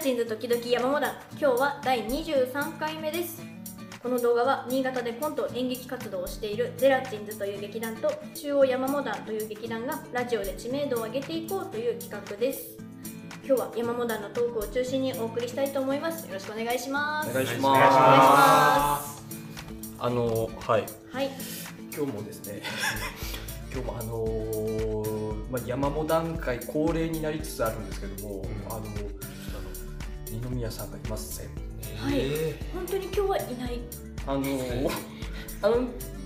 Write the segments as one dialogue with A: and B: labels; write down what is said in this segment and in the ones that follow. A: チンズ時々山モダン今日は第23回目ですこの動画は新潟でコント演劇活動をしているゼラチンズという劇団と中央山モダンという劇団がラジオで知名度を上げていこうという企画です今日は山モダンのトークを中心にお送りしたいと思いますよろしくお願いします
B: お願いします
A: お願いしま
B: あのはい
A: すはい
B: 今日もですね 今日もあのーまあ、山も段階恒例になりつつあるんですけども、あの二宮さんがいません
A: はい、本当に今日はいない
B: あのーあの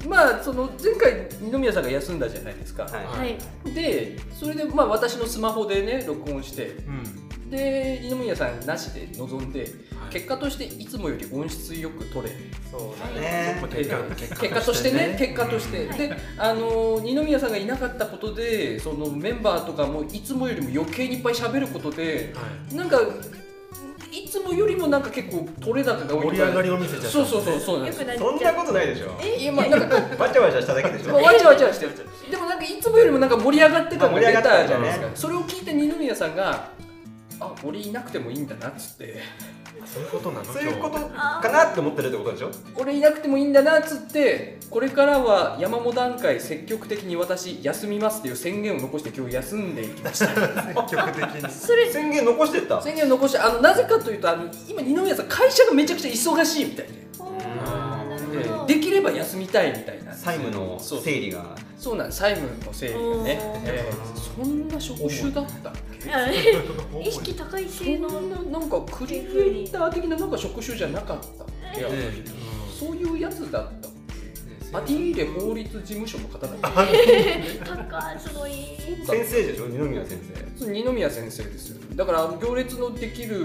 B: まあその前回二宮さんが休んだじゃないですか、
C: は
A: はい
B: でそれでまあ私のスマホでね録音して
C: うん。
B: で二宮さんなしで臨んで
C: はい
B: 結果としていつもより音質よく撮れ
C: そうだね。
B: 結果結果としてね結果として、
A: はい
B: であの二宮さんがいなかったことでそのメンバーとかもいつもよりも余計にいっぱい喋ることでなんかいつもよりもなんか結構取れ高が多い
D: 盛り上がりを見せちゃった
B: そうそうそうそうなん
A: よ
B: です
A: くなっち
C: そん
A: ゃ
C: な
A: う
C: ことないでしょ。
B: いやまあなんか
C: わちゃわちゃしただけでし
B: まあ
C: ょ。
B: わちゃわちゃしてるでもなんかいつもよりもなんか盛り上がってたのが出たじゃないです
C: まあ盛り上がってた
B: か、
C: よね
B: それを聞いて二宮さんがあ俺いなくてもいいんだなっつって
D: そういうことなの
C: そういうことかなって思ってるってことでしょ。
B: 俺いなくてもいいんだなっつってこれからは山本段階積極的に私休みますっていう宣言を残して今日休んでいきました
D: 今日積極的に
A: それ
C: 宣言残してった。
B: 宣言を残してあのなぜかというとあの今二宮さん会社がめちゃくちゃ忙しいみたいで
A: おーなるほど
B: できれば休みたいみたいな
C: 債務の
B: そう
C: 整理が。
B: そうなんです債務の整理がね
A: おー、
B: えーそんな職種だったっけ
A: あ意識高い性能
B: そんななんかクリエイター的ななんか職種じゃなかったっけ
C: ね
B: そういうやつだったっけアティーレ法律事務所の方だった
A: 高いすごい
C: 先生でしょ。二宮先
B: 二宮先生ですよだからあの行列のできる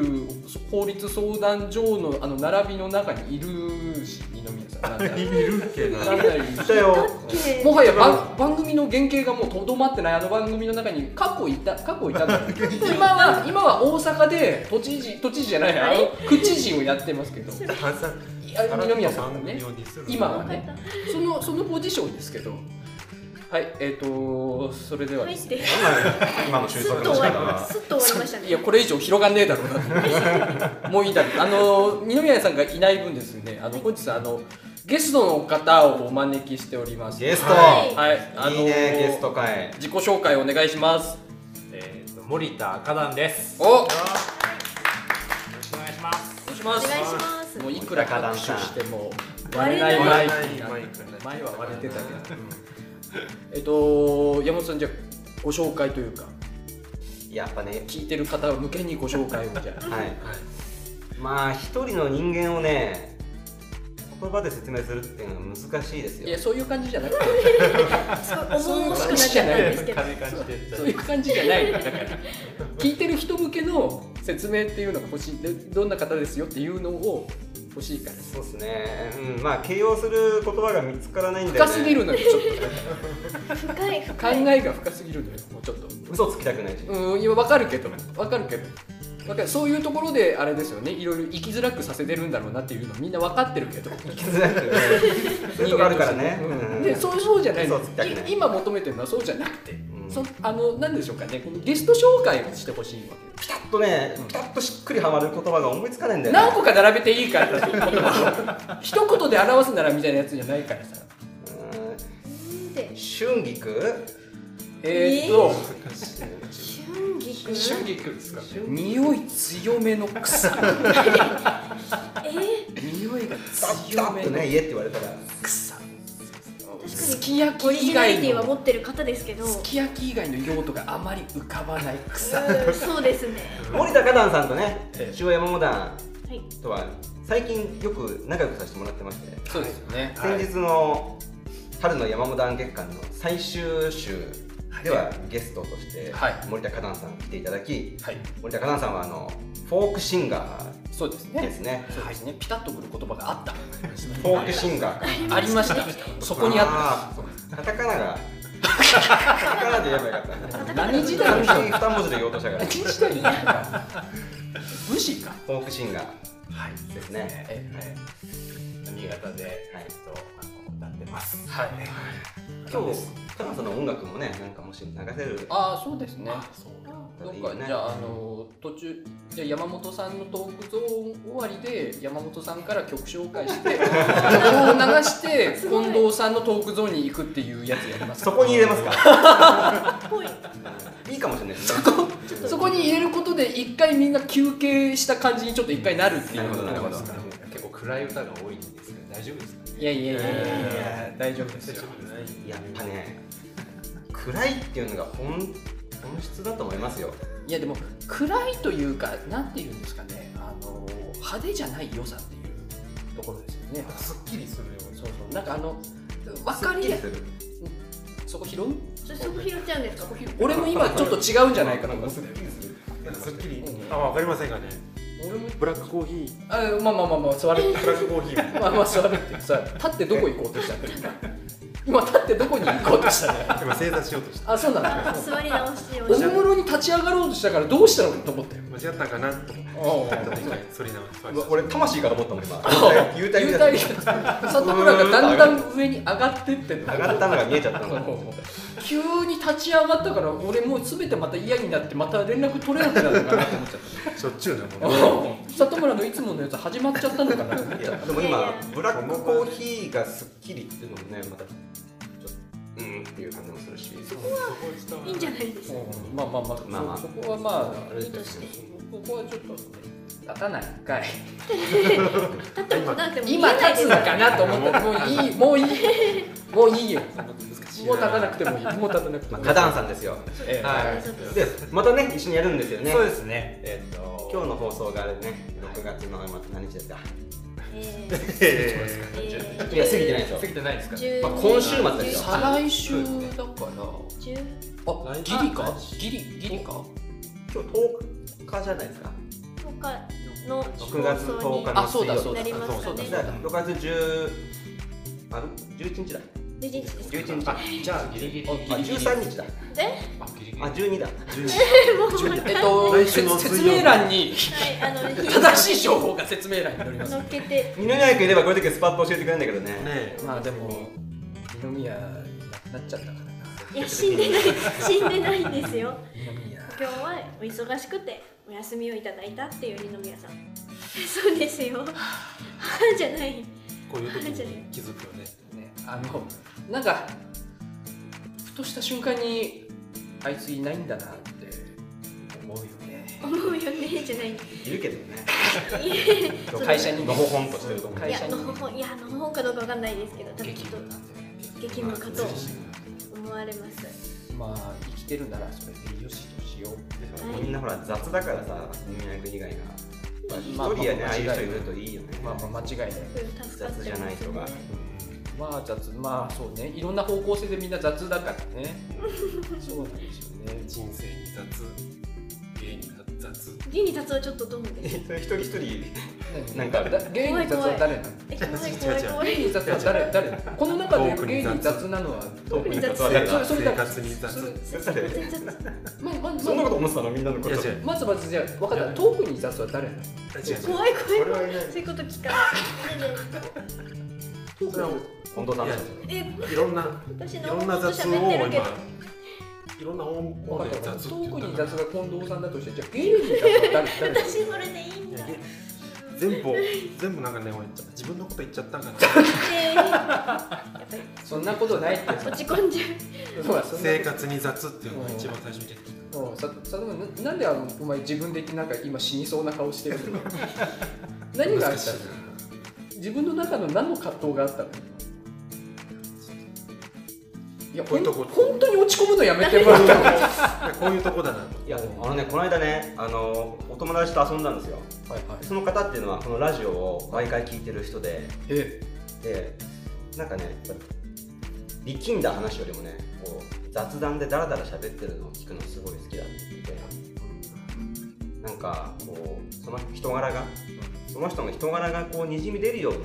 B: 法律相談所のあの並びの中にいるし二宮さんなんなり
D: いるけど
B: なんなりいる
C: 生。
B: し
C: だよ。
B: もはや番番組の原型がもうとどまってないあの番組の中に過去いた過去いたんだ今は今は大阪で都知事都知事じゃないあの区知事をやってますけど
D: 原さん
B: いや二宮さんがね今はねそのそのポジションですけどはいえっ、とそれでは
A: 入
B: で
A: っ
B: すね
A: て
D: 今の収
A: す
D: 束
A: っ
D: の
A: と
D: 仕
A: 終わ
D: 方
A: りま
D: が
A: すっと終わりましたね
B: いやこれ以上広がんねえだろうなと思ってもういいだろうあの二宮さんがいない分ですねあの本日あのゲストの方をお招きしております
C: ゲス
A: は
C: ト。
B: はいあの
C: いいねゲスト会。
B: 自己紹介お願いします
E: えー、と森田花壇です。よ
B: おお願
E: ろしくお願いします。
B: いし
A: お
B: ます
A: 願いします
B: もういくら拍手しても割
A: 割
B: れ
A: れ
B: な
A: ないい
B: マイ
D: マイ
B: ク
D: クになっちゃう
B: 前は割れてたけどえっと山本さんじゃあご紹介というか
C: やっぱね。
B: 聞いてる方向けにご紹介をじゃ あ
C: はい。まあ一人の人間をね。言葉で説明するっていうのは難しいです
B: い
C: よ
B: や。そういう感じじゃなくて
A: すごい重々しくなっちゃったんですけど
E: 風感じて
B: そういう感じじゃないだから 聞いてる人向けの説明っていうのが欲しいでどんな方ですよっていうのを欲しいから
C: そうですね。うん、まあ形容する言葉が見つからないんだよ
B: 深
C: ね。
B: すぎるのよちょっと
A: 深い
B: 考
A: 深い
B: えが深すぎるのよもうちょっと
C: 嘘つきたくないし。
B: うん今わかるけどわかるけどわかるそういうところであれですよねいろいろ生きづらくさせてるんだろうなっていうのみんなわかってるけど
C: 気づらくね。 そういうとこあるからね。
B: うん
C: う
B: で
C: ん
B: そうそうじゃないの
C: そうつったくない
B: い今求めてるのはそうじゃなくて、
C: うん
B: そあの何でしょうかねこのゲスト紹介をしてほしいわけ
C: ピタッとね、ピタッとしっくりはまる言葉が思いつかないんだよ、ね。
B: 何個か並べていいからっていう言葉を一言で表すならみたいなやつじゃないからさ
C: うん春菊
B: えー、っと、
A: 春菊
E: 春菊ですか。
B: 匂い強めの草
A: え
B: 匂いが
C: ピタッピタ
B: 強
C: ッ
B: め
C: と
B: の
C: ね、言えって言われたら。
B: 草す
A: 確
B: き焼
A: かにオリ
B: き以
A: ジナリ
B: 外
A: ティは
B: の
A: 持ってる方ですけど
B: すき焼き以外の用途があまり浮かばない草
A: うんそうですね
C: 森田花壇さんとね
B: ええ、
C: 塩山モダン
A: はい
C: とは最近よく仲良くさせてもらってまして、
B: そうですよね
C: 先日の春の山モダン月間の最終週ではゲストとして
B: はい
C: 森田花壇さん来ていただき、
B: はい
C: 森田花壇さんはあのフォークシンガー
B: そうですね
C: ですね。
B: そうですねピタッとくる言葉があった
C: フォークシンガーか。
B: ありましたそこにあっ
C: あった。カタカナが。カタカナで言えばよかったね。
B: た何時代の人
C: 単 純に二文字で言おうとしたから。
B: 何
C: フ
B: 時代の人か武士か
C: ォークシンガー
E: はい。
C: ですね。
B: え
E: 新潟で、
C: はい
E: えっとあの
F: なってます。
D: はい
C: 今日高野さんの音楽もねなんかもし流せる
B: ああそうですね
D: そう
A: あ
C: だ
B: どっ
C: っ
B: て
C: いい
B: か
C: よね
B: じゃああの途中じゃあ山本さんのトークゾーン終わりで山本さんから曲紹介 して曲を流して
A: すごい
B: 近藤さんのトークゾーンに行くっていうやつやります
C: そこに入れますか
A: ぽい
C: いいかもしれないですね
B: そこに入れることで一回みんな休憩した感じにちょっと一回なるってい
C: な
B: う
C: る
B: こ
C: ほ
B: と
C: ど
B: にな
C: な
B: り
C: る
B: ま
C: ほど
B: す
F: 結構暗い歌が多いんですけど大丈夫ですか
B: いやいやいやいやいや
F: ね。大丈夫ですよ。
C: やっぱね暗いっていうのが本本質だと思いますよ
B: いやでも暗いというかなんていうんですかねあの派手じゃない良さっていうところですよね
D: すっきりするよう
B: そうそうなんかあの分かりや
C: すっきりする
B: そこ拾う
A: そそこ拾っちゃうんですか
B: 俺も今ちょっと違うんじゃないか
D: なんか
B: なと思っ
D: す
B: て
D: っきりするなんかすっきり
B: うん
D: あわかりませんがね
B: 俺も
D: ブラックコーヒ
B: あまあまあまあまあ座る
D: ーブラックコーヒー
B: まあまあ座るってさ立ってどこ行こうとしたの今今立ってどこに行こうとしたの
D: 今正座しようとして
B: あそうなんだ
A: あ座り直しよう
B: おもむろに立ち上がろうとしたからどうしたのと思ったよ
D: 間違ったかなと思ってちょっと一回反り直しま
C: うわ
D: した
C: 俺魂かと思ったもん今幽体
B: 幽
C: 幽体
B: 体里村がだんだん上に上がってってんの
C: 上がったのが見えちゃったのが
B: 急に立ち上がったから俺もう全てまた嫌になってまた連絡取れなくなるのかなと思っちゃっ
D: しょっちゅうなも んね
B: た里村のいつものやつ始まっちゃったのかなと思っ
C: い
B: ちゃ
C: や
B: っ
C: でも
A: いやい
C: 今
A: や
C: ブラックコーヒーがすっきりっていうのもねまたちょっとうんっていう感じもするし
A: いいんじゃないです
B: た
A: か
B: うんまあまあまあ
C: まあまあ
B: そそこはまああれ
A: いいと
B: です
A: し
B: け
A: て
B: どここはちょっと立たないかい
A: 立ってもだってもう見え
B: 今
A: ないで
B: 立
A: す
B: つのかなと思ったらもういいもういいもういいよもう立たなくてもいいもう立たなくても
C: まあ
B: いい
C: 花壇さんですよ
B: ええ
C: はい
A: そうです
C: でまたね一緒にやるんですよね
F: そうですね。えっと
C: 今日の放送があれね6月の今何日ですか
A: え
D: え
A: ーえー
C: いや過ぎてないでしょ
F: 過ぎてないですか。
A: 12
C: まあ今週末ですよ
B: 再来週だから
A: 10
B: あギリかギリギリか
C: 今日10日じゃないですか
A: 日の
C: 6月10日
B: あ
C: の
B: そう
C: 水
B: だ
C: 曜
B: そう
C: 日
B: だ
A: なりますかね
C: だから6月10あ11日だ
A: 11日です
C: 11日あ
F: あじゃあギリギリ。
B: あ
C: あ13日だ
A: え
F: あギリギ
C: あ12だ
A: もう分かんない
B: えっと
D: 来週の水曜
B: 説
D: 日
B: 明欄に
A: はいあの
B: 正しい情報が説明欄に載ります
A: 乗っけて
C: 二宮君いればこういう時スパッと教えてくれるんだけどね
D: ーね
B: まあでも二宮なくなっちゃったからない
A: や死んでない死んでないんですよ
B: 二宮
A: 今日はお忙しくてお休みをいただいたっていう二宮さんそうですよじゃない
D: こういう時に気づくよね
B: ねあのなんかふとした瞬間にあいついないんだなって思うよね
A: 思うよねじゃない
C: いるけどね
B: 会社に
C: のほほんとしてると思う
B: 会
A: いや
B: 社に
A: のほんいやのほんかどうかわかんないですけど多分
B: 激
A: きっと
B: 務なんでね
A: 激務かと思われます
B: まあ生きてるならそれでよしとしよう
C: みんなほら雑だからさ二宮君以外が
B: まあ
C: 一人やね
B: まあ
C: ああいう人いるといいよね
B: まあまあ間違いない
A: 助かってます
C: 雑じゃない人が
B: まあ雑まあそうねいろんな方向性でみんな雑だからねそうなんですよね
D: 人生に雑芸に雑
A: 芸に立つはちょっとどうもです
C: それ 一人一人なんか
B: だ芸人雑は誰なの
A: え怖い怖い怖
B: 芸
A: い
B: 人雑は誰誰この中で芸人雑なのは
A: 特に雑
C: 誰
B: それ
C: が
B: それ
D: 生
B: だ
D: 活に雑
B: それ
C: それそれ
A: 全然雑
B: ままま
C: そんなこと思ってたのみんなのこ
D: い
C: と
D: や違う
B: まずまずじゃあ分かったトークに雑は誰なの
D: 違う違う
A: 怖い怖い
D: それは
A: 怖
D: い
A: い
D: ない
A: そういうこと聞か
D: それはもう
C: 近藤さん
A: な
C: だ
A: いえ
D: いろんな
A: 私
D: い
A: の
D: ろん
A: ほ
D: なん
A: と
D: 雑音
A: 喋っ
D: を
A: て
D: 今
A: るけど
D: いろんな音
B: 分
D: 音
B: かっ
D: で
B: た
D: 雑
B: ト
D: って
B: ーク
D: 言
B: に
D: った
B: 雑
D: か
B: が近藤さんだとしてじゃあ芸人雑は誰誰なの
A: 私それでいいんだ
D: いやら 全部全部なんかね俺自分のこと言っちゃったんかな
A: えーやっぱり
B: そんなことないって
A: 落ち込んじゃう
B: ほらそんな
D: 生
B: こと
D: 活に雑っていうのが一番最初に出てきた
B: もうささでもななんであのお前自分でなんか今死にそうな顔してる の何があっ
D: 難したい
B: の自分の中の何の葛藤があったのいや
D: こういうとこ
B: ほん本当に落ち込むのやめて もらったのはい
D: なこういうとこだなと
C: いやあのねこの間ねあのお友達と遊んだんですよ
B: はい
C: その方っていうのはこのラジオを毎回聞いてる人で
B: え
C: でなんかねやっぱ力んだ話よりもねこう雑談でダラダラ喋ってるのを聞くのすごい好きだって言ってなんかこうその人柄がその人の人柄がこうにじみ出るような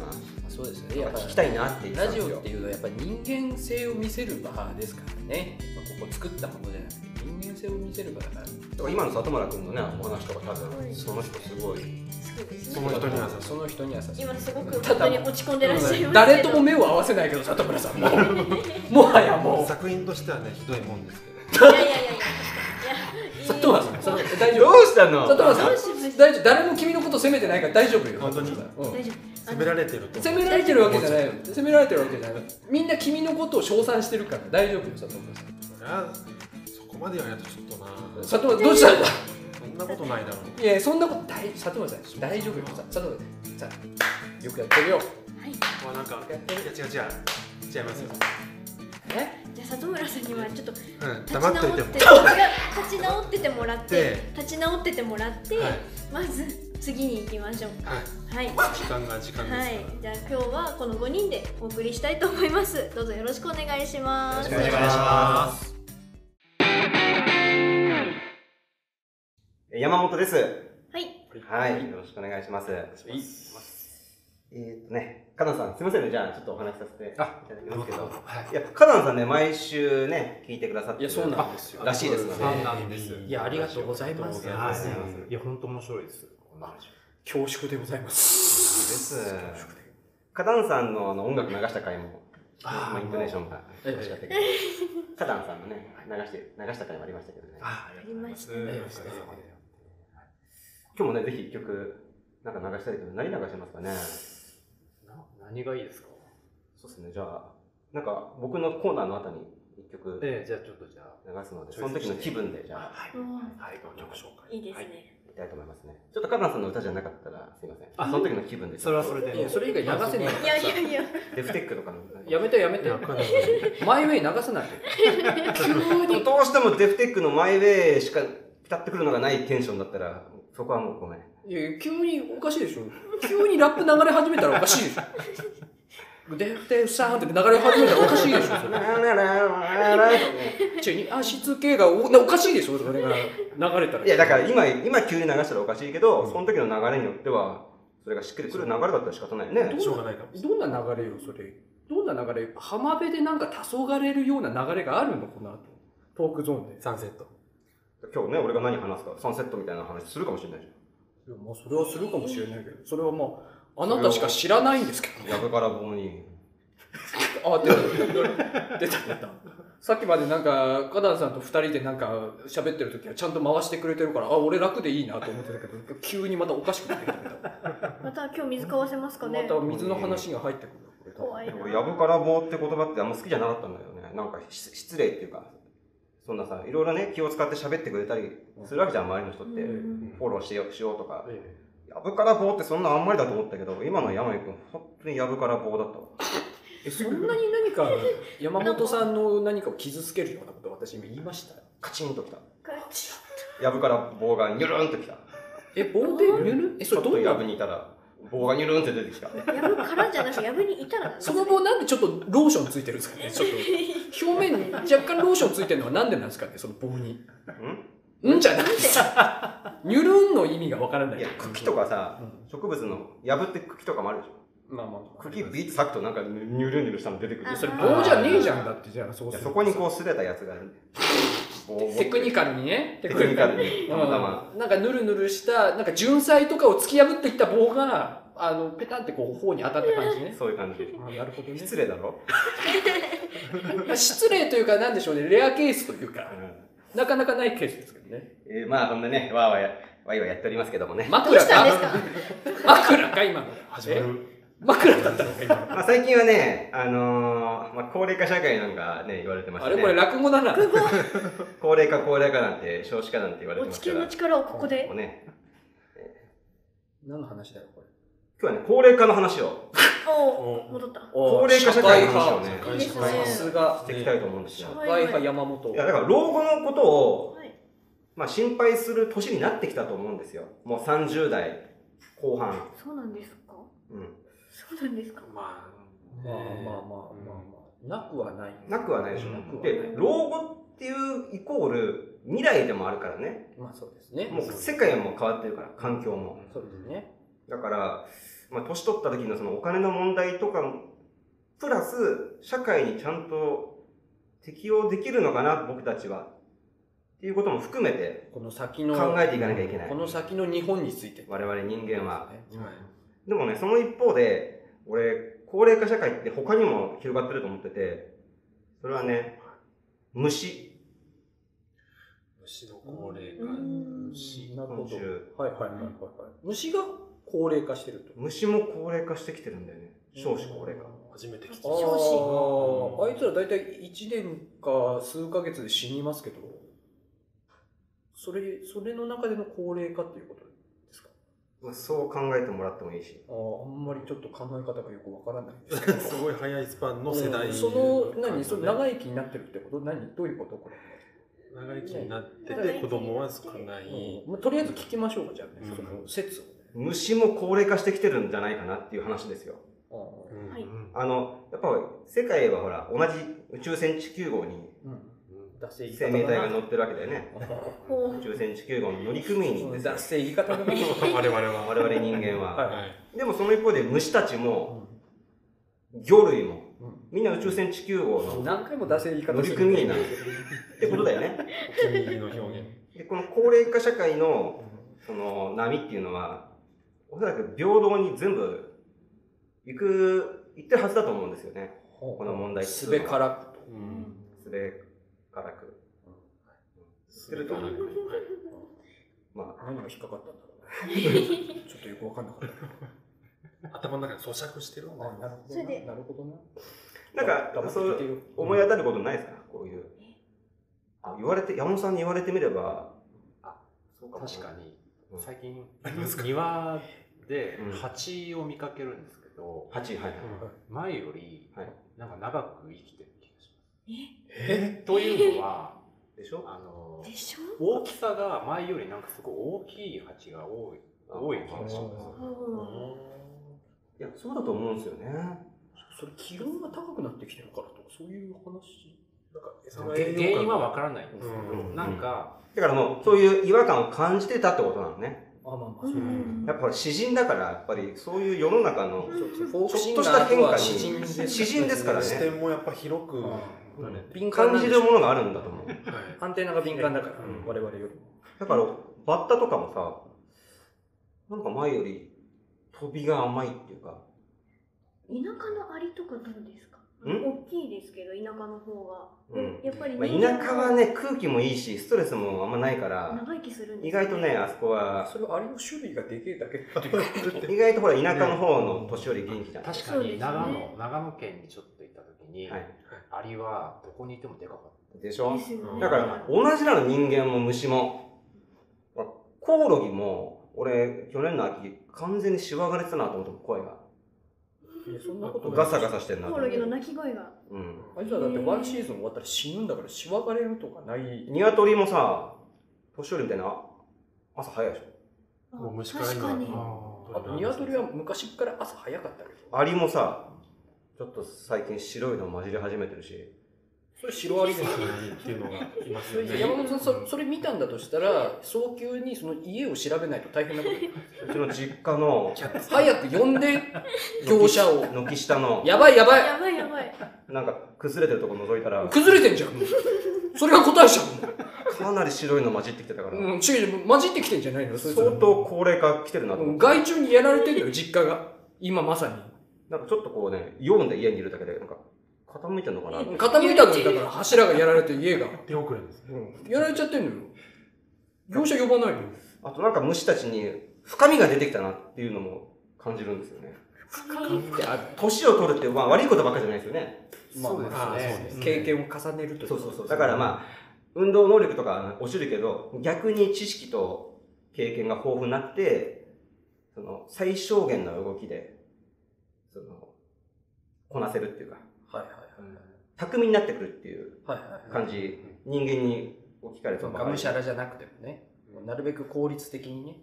B: そうですね
C: なんか聞きたいなって言ってた
B: ラ
C: んで
B: ジ
C: す
B: オっ
C: よ
B: ていうのはやっぱり人間性を見せる場ですからね、まあ、ここ作ったものじゃなくて人間性を見せる場だから
C: だから今の里村君のねお話とか多分その人す
A: 好
C: ごい
A: そうです
D: そ
A: ね
D: の人にはさ
B: その人にはさ
A: 今すごく本当に落ち込んでらっしゃいますけど
B: 誰とも目を合わせないけど里村さんももはやもう
D: 作品としてはねひどいもんですけど
A: いやいやいやいやいやいい
B: 佐藤さんそれ大丈
C: ど
B: 夫
C: うしたの
B: 佐藤さ
A: どうんしました
B: 大丈夫誰も君のこと責めてないから大丈夫よ
D: 本当に
B: うん
A: 大丈夫
D: 責められてると
B: 責められてるわけじゃないよ責められてるわけじゃないみんな君のことを称賛してるから大丈夫よ佐藤さん
D: そりゃそこまでやるとちょっとな
B: 佐藤さんどうしたんだ
D: そんなことないだろう
B: いやそんなこと大佐藤さん大丈夫よさ佐藤さんさよくやってるよ
A: はい
D: まあなんかいや違う違う違いますよ
B: え
A: じゃあ里村さんにはちょっと立
D: うん
A: ち
D: 黙
A: 直
D: っといて
A: っ
D: も
A: て立ち直っててもらって
D: で
A: 立ち直っててもらって
D: はい
A: まず次に行きましょうか
D: はい
A: はい
D: 時間が時間ですから、
A: はい、じゃあ今日はこの5人でお送りしたいと思いますどうぞよろしくお願いします
C: よろしくお願いします山本です
A: はい
C: はいよろしくお願いします
B: い
C: えっとねカナンさんすみませんねじゃあちょっとお話しさせていただきますけど
G: はい
C: いやカナンさんね毎週ね聞いてくださって
B: い
C: る
B: やそうなんですよ
C: らしいですね
G: ファンなんです
B: いやありがとうございます
G: ありがとうございますいや本当面白いですこんな話
B: 恐縮でございます
C: ですカダンさんのあの音楽流した回も、
G: あー
C: まあ、イントネーションが
B: ええ
C: 楽しかったけど、カダンさんのね、流して、流した回もありましたけどね。
G: あ
A: ありました
G: あ
A: ね
G: りがとうございます
C: 今日もね、ぜひ一曲、なんか流したいけど、何流してますかね
G: な何がいいですか
C: そうですね、じゃあ、なんか僕のコーナーの後に一曲流
G: ええじゃあちょっとじゃあ
C: すので、その時の気分で、じゃあ、
G: はい
A: うん
G: はいご曲紹介
A: いいで
G: は
A: すね
C: いきたいと思いますね。ちょっとカダンさんの歌じゃなかったら、すいません。
G: あ
C: その時の気分で。
G: それはそれで
B: いやそれ以外流せない
A: いやいやいや
C: デフテックとかの。
B: やめてやめてマイウェイ流さない
C: どうしてもデフテックのマイウェイしかピタッとくるのがないテンションだったら、そこはもうごめん。
B: いやいや急におかしいでしょ急にラップ流れ始めたらおかしいでしょででさーんって流れ始めたらおかしいでしょそれちょに足つけがおなおかしいでしょそれが流れたら
C: いやだから今今急に流したらおかしいけど、その時の流れによってはそれがしっくりくる流れだったら仕方ないよね
B: ど
D: しょうがないかもしれ
B: どんな流れよそれどんな流れ浜辺でなんか黄昏れるような流れがあるのこの後トークゾーンで
D: ないサンセット
C: 今日ね俺が何話すかサンセットみたいな話するかもしれないじ
B: いやまあそれはするかもしれないけどそれはまああなたしか知らないんですけど
C: ゃん藪から棒に
B: あ出た出た出たさっきまでなんか花壇さんと2人でなんか喋ってる時はちゃんと回してくれてるからあ俺楽でいいなと思ってたけど急にまたおかしくなってきた
A: また今日水買わせますか
B: ま
A: ね
B: た水の話が入ってくるこれ多分
A: 怖いな
C: 俺藪から棒って言葉ってあんま好きじゃなかったんだよねなんかし失礼っていうかそんなさいろいろね気を使って喋ってくれたりするわけじゃん周りの人って、
A: うん
C: フォローしようしようとか
G: ええ
C: 藪から棒ってそんなあんまりだと思ったけど今の山井君本当に藪から棒だったわ
B: えそんなに何か山本さんの何かを傷つけるようなことを私今言いました
C: カチンときた
A: カチッ
C: 藪から棒がニュルンときた
B: え棒で塗るえ
C: ち
B: それ
C: ょっ
B: ど
C: と
B: ん
C: や
B: な
C: ぶにいたら棒がニュルンって出てきた
A: やぶからじゃなくてやぶにいたらなんです
B: そ
A: ね
B: の棒なんでちょっとローションついてるんですかねちょっと表面に若干ローションついてるのはなんでなんですかねその棒に
C: ん
B: んじゃなく てニュルンの意味がわからない
C: いや茎とかさ
B: うん
C: 植物のやぶって茎とかもあるでしょ
B: まあまあ
C: 茎ビーって咲くとなんかニュルニュルしたの出てくる
A: あ
C: で
B: そ
C: しょ
B: れ棒じゃねえじゃんだってじゃあそう
C: い
B: す
C: や
B: る
C: そこにこう擦れたやつが棒を
B: テクニカルにね
C: テクニカル
B: に
C: にたまたま
B: なんかぬるぬるしたなんか純菜とかを突き破ってきた棒があのペタンってこう頬に当たった感じね
C: そういう感じ
B: あなるほどね
C: 失礼だろ、
B: まあ失礼というかなんでしょうねレアケースというかなかなかないケースですけどね
C: えーまあこんなねわーわーやわいわいやっておりますけどもね、
A: どう
B: 枕
A: したんです
B: か
A: か
B: 枕か今の
D: 始まる
B: 枕だったのか今の
C: まあ、最近はねあのーまあ、高齢化社会なんかね言われてまし
B: あ
C: たね
B: れこれ落語だな
C: 高齢化高齢化なんて少子化なんて言われて
A: お
C: ま
A: 地
C: すけ
A: 球
C: ど
A: の力をここで
C: もうね
B: 何の話だよこれ
C: 今日はね高齢化の話を
A: おー戻った
C: 高齢化社会の話をね
D: 社会
A: いいです
B: さ
A: ね
B: すが
C: していきたいと思うんですよ
B: 社。会派山本
C: いやだから老後のことを、
A: はい
C: まあ、心配する年になってきたと思うんですよ。もう30代後半。
A: そうなんですか
C: うん、
A: そうなんですか
D: ま
B: まあまあまあまあまあなくはない
C: なくはないでしょ。
B: なくはない
C: で老後っていうイコール未来でもあるからね。
B: まあそうですね
C: もう世界も変わってるから環境も。
B: そうですね
C: だから、まあ、年取った時のそのお金の問題とかプラス社会にちゃんと適応できるのかな僕たちはっていうことも含めて
B: この先の
C: 考えていかなきゃいけない
B: この先の日本について
C: 我々人間は
B: うん
C: でもねその一方で俺高齢化社会って他にも広がってると思っててそれはね虫
D: 虫の高齢化、
A: うん
D: 虫
B: なるほ
C: 昆虫
B: どはいはいはいはいはい虫が高齢化してると
C: 虫も高齢化してきてるんだよね少子高齢化
D: 初めて来た
B: あ
A: 少
B: ー
D: 子
B: あいつら大体1年か数ヶ月で死にますけどそれそれの中での高齢化っていうことですか
C: まあそう考えてもらってもいいし
B: あーあんまりちょっと考え方がよくわからないです けど
H: すごい早いスパンの世代、
B: うんその何その長
H: い
B: 生きになってるってこと何どういうことこれ
H: 長生きになってて子供は少ない、
B: まあ、とりあえず聞きましょうかじゃあね、
H: うん
B: その説をね
C: 虫も高齢化してきてるんじゃないかなっていう話ですよ
B: あ
H: うん
A: はい
H: うん
C: あのやっぱ世界はほら同じ宇宙船地球号に
B: ーうん脱線
C: 生命体が乗ってるわけだよね
A: ほ
C: 宇宙船地球号に乗組員ですよ
B: 脱線言い方 がね
H: 我々は
C: 我々人間は、
B: は
D: はい
C: でもその一方で虫たち
B: う
C: も
B: ん
C: 魚類も
B: うん
C: みんな宇宙船地球号の
B: 何回も脱線言い方
C: 乗
B: する
C: 組 員なんですよってことだよね
D: お気に入りの表現
C: でこの高齢化社会のその波っていうのはおそらく平等に全部行く行ってるはずだと思うんですよね
B: こ
C: この問題
B: すべからくと
D: うん
C: それからく
D: するとはい
C: まあ
B: 何が引っかかったんだろ うねちょっとよくわかんなかった
D: 頭の中に咀嚼してるんだ
B: あなるほ
A: そ
B: ど
A: れ
B: な
A: で
B: なるほどな
C: なん
B: 頑張
C: か
B: って
C: そ
B: 聞いうてよ
C: 思い当たることないですかこういうあ言われて山本さんに言われてみればあそうかも
D: 確かに
C: うん
D: 最近
H: ますか
D: 庭で
C: うん蜂
D: 蜂を見かけるんですけど
C: 8はいはい
D: 前より
C: はい
D: なんか長く生きてる気がしま
B: え
D: すというのは
C: でしょ
D: あの
A: でしょ
D: 大きさが前よりなんかすごい大きい蜂が多い多い気
B: あ
D: がします
A: ほ
C: いやそうだと思うんですよね
B: それ気温が高くなってきてるからとかそういう話なんか
H: そ
D: 原
H: れ
D: 原因はわからないんですけ
H: う
D: ど
C: ん
D: なんか
C: だからもうそういう違和感を感じてたってことなのね
B: あまあまあ
A: うん
B: そう
A: う
B: ね
A: ん
C: やっぱ詩人だからやっぱりそういう世の中
B: そ
C: の
B: うですねフォークシンガ
C: ちょっとした
B: ー
C: 変
B: と
C: 化
B: は
C: に
B: 詩人です
C: 詩人ですからね
H: 視点もやっぱ広く、
B: うん
D: ね
B: 敏感
C: 感
B: なん
C: じ
B: でし
C: る
B: ょ
C: ものがあるんだと思う
D: はい
B: アンテナが敏感だから、
C: うん
B: 我々よりも
C: だからバッタとかもさなんか前より飛びが甘いっていうか
A: 田舎のアリとかどうですか
C: ん
A: 大きいですけど田舎の方が、
C: うん
A: やっぱり
C: まあ、
A: 人間
C: 田舎はね空気もいいしストレスもあんまないから
A: 長生きするんです
C: 意外とねあそこは
B: それはアリの種類がでけえだけっていうことで
C: 意外とほら田舎の方の年寄り元気じゃん、
D: 確
A: そ
D: か
A: うですね
D: に長野長野県にちょっと行った時に
C: はい、
D: アリはどこにいてもでかかった
C: でしょ
A: ですよね
C: だから同じなの人間も虫もほらコオロギも俺去年の秋完全にしわがれてたなと思って声が
B: いやそんなことない
C: ガサガサしてんなと
A: コオ
C: 思っ
A: ロ
C: て
A: ギの鳴き声が
C: うん
B: あいつらだってワンシーズン終わったら死ぬんだからしわがれるとかない
C: 鶏もさ年寄りみたいな朝早いでし
A: あ
D: もう虫から
A: 確かに
D: 今
B: あとニワトリは昔っから朝早かったけ
C: ょ
B: ど
C: アリもさちょっと最近白いの混じり始めてるし
B: それシロアリですよ
D: っていうのがいます
B: そ
D: よ
B: れ
D: ね。
B: 山本さんそそれ見たんだとしたら早急にその家を調べないと大変なことに なる
C: うちの実家の
B: 早く呼んで業者を
C: 軒下の
B: やばいやばい
A: やばいやばい
C: なんか崩れてるとこ覗いたら
B: 崩れてんじゃんそれが答えじゃ
C: かなり白いの混じってきてたから、
B: ん、うん、違う違う混じってきてんじゃないのそいつら
C: 相当高齢化来てるなと
B: う
C: 思
B: ん
C: って、
B: 害虫にやられてんのよ実家が今まさに
C: なんかちょっとこうね読んで家にいるだけでなんか傾いてんのかなって
B: 傾いたのよだから柱がやられて家が、
H: 手遅れです
B: うん、やられちゃってんのよ業者呼ばないのよ
C: あとなんか虫たちに深みが出てきたなっていうのも感じるんですよね
B: ってある
C: 年を取るって、まあ、悪いことばっかじゃないですよね
B: まあ
D: そうですね
B: ま
D: そ
B: あ
D: うですね
B: 経験を重ねるという
C: だからまあ運動能力とかは落ちるけど逆に知識と経験が豊富になってその最小限の動きでそのこなせるっていうか
B: あはい
C: 巧みになってくるっていう
B: はいはいはいはい
C: 感じ人間に置き換えると
B: そうかむしゃらじゃなくてもね、なるべく効率的にね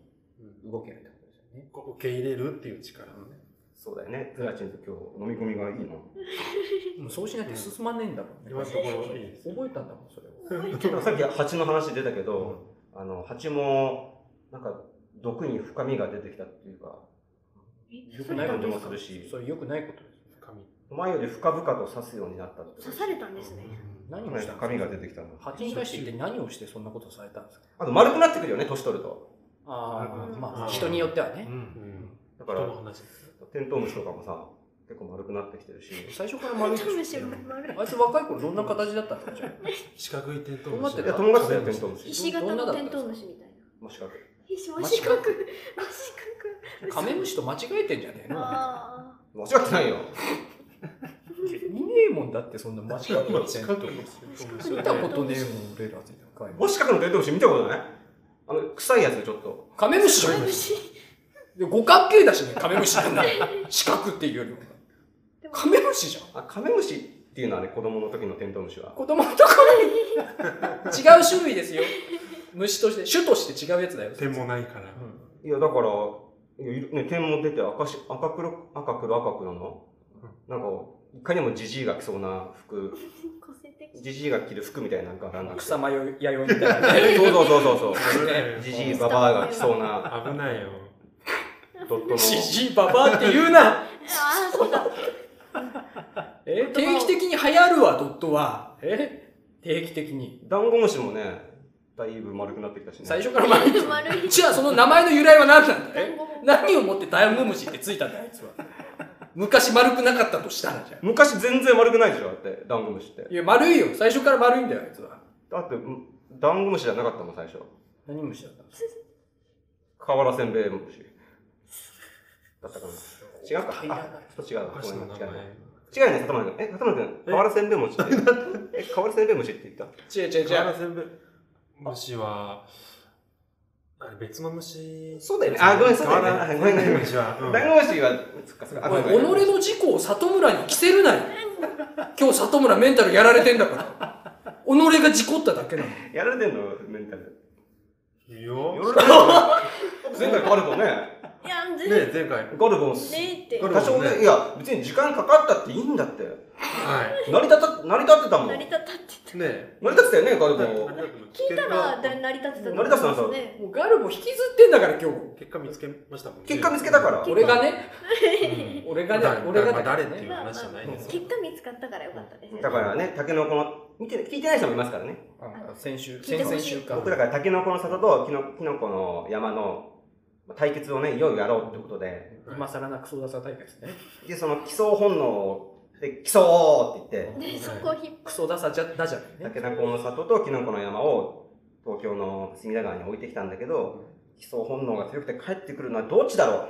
B: 動けるってことですよね
D: 受け入れるっていう力をね。
C: そうだよねゼラチンと今日飲み込みがいいの
B: もうそうしないと進まねえんだもんね、
H: 今のところいいです
B: 覚えたんだもんそれを
C: でもさっき蜂の話出たけど、あの蜂もなんか毒に深みが出てきたっていうか
B: 良
A: え
B: く
A: 刺
B: な
A: され
B: いこ
A: た
B: と
A: んですすか
B: でか
C: もするし
B: それ良くないことです
D: 神
C: 前より深々と刺すようになったって
A: 刺されたんですね
D: うん
B: 何を
C: ね
B: したんですか
C: 髪が出てきたの。
B: 蜂に対して一体何をしてそんなことされたんですか
I: あと丸くなってくるよね、年取ると。
B: ああ、
A: うん
B: まあ、人によっては
D: う
B: ね。
D: ん。
C: だか
D: 人
C: ら、
D: の話。
C: テントウムシとかもさ、結構丸くなってきてるし、
B: 最初から丸いでしょ
A: むしろ丸い
B: あいつ若い頃どんな形だったんですかじゃあ
D: 四角いテントウム
B: こうな
D: シ。
B: って
C: い
B: た
C: や、友達だよ、テントウムシ。
A: 石型のテントウムシみたいな。
C: もしか
A: 真四角。真四角。
B: カメムシと間違えてんじゃねえの
A: あ
C: 間違ってないよ。
B: いねえもんだってそんな間違 えてん
D: 四角
B: の
D: いテントウムシ
B: 見たことねえもん俺らって若いの
C: もしかくのテントウムシ見たことないあの、臭いやつでちょっと。
B: カメムシ
A: あ。
B: じゃ
A: カ
B: ん
A: メムシ。
B: で五角形だしねカメムシ なんだ四角っていうよりも
A: でも
B: カメムシじゃん
C: あ、カメムシっていうのはね、子供の時のテントウムシは。
B: 子供のところに違う種類ですよ虫として種として違うやつだよ
D: 点もないから。
C: いや、だから、いやいるね、点も出て赤し、赤黒、赤黒赤黒の、なんか、いかにもジジイが着そうな服、
A: 個性的。
C: ジジイが着る服みたいな柄なんだけど。
B: 草
C: そう
B: 間弥生みたいなね
C: そうそうそうそう。
D: 危ないよ。
C: ジジイババアが着そうな
D: 危ないよ。
C: ドットの。
B: じじいばばって言うな
A: ああ、そうだ。
B: え定期的に流行るわドットはえ定期的に
C: ダンゴムシもね、だいぶ丸くなってきたしね。
B: 最初から丸い
A: 丸い。
B: じゃあその名前の由来は何なんだ
A: 団
B: い
A: 子も。
B: 何をもってダンゴムシってついたんだよあいつは昔丸くなかったとしたらじゃあ
C: 昔全然丸くないでしょ、だって、ダンゴムシって。
B: いや丸いよ最初から丸いんだよあいつは
C: だって、んダンゴムシじゃなかったもん、最初。
B: 何虫だったんです
C: 瓦せんべい虫。だったかな。違うか。
B: 平らな
C: あ、ちょっと違う
D: お
C: わ。
D: 菓
C: ご
D: 子
C: め
D: の
C: ん
D: 名
C: な
D: 前
C: 違う。。違うよね、里村君。え、里村君、瓦せんべい餅って。 え、瓦せんべい餅って言っ
B: 違う違う違う
D: せんべい。虫は、あれ別の虫。
C: たそうだよね。あ、ごめん、そうだよね。ごめん、ごめん。
D: 虫は。
C: ダンゴムシは、そっかそっか。あ
B: おい
C: ごめんごめん
B: 己の事故を里村に着せるなよ今日里村メンタルやられてんだから己が事故っただけなの
C: やられてんの、メンタル。
D: いいよ。
C: 前回ガルボね。
A: いや、全
D: ね
A: 然。
D: 前回。
C: ガルボ、
A: ねえって。
C: 多少ね、いや、別に時間かかったっていいんだって。
D: は
C: 成り立た、成り立ってたもん。
A: 成り
C: 成り
A: 立ったって言って
D: い。ねえ。
C: 立ってたよね、ガルボ。
A: 聞いたら、だ成り立ってた。
C: 成り立ってたんです
A: ね。
B: もうガルボ引きずってんだから今日
D: 結果見つけましたもんね。
C: 結果見つけた から
B: 俺がね
D: うん。
B: 俺が
D: 誰
B: ね俺が
D: まあ
B: ね
D: 誰っていう話じゃないです
A: 結果見つかったからよかったですね。
C: だからね、タケノコの、見て、聞いてない人もいますからね。
B: あ先週
A: 聞い
B: 先
A: てほしい
B: 々週か
C: 僕だからタケノコの里とキノキノコの山のまあ対決をね、いよいよやろうってことで、
B: 今更なクソダサ大会ですね
C: で、その基礎本能で、基礎って言って、
A: で、そこを引っ
B: クソダサじゃだじゃないね
C: タケノコの里とキノコの山を東京の隅田川に置いてきたんだけど、基礎本能が強くて帰ってくるのはどっちだろ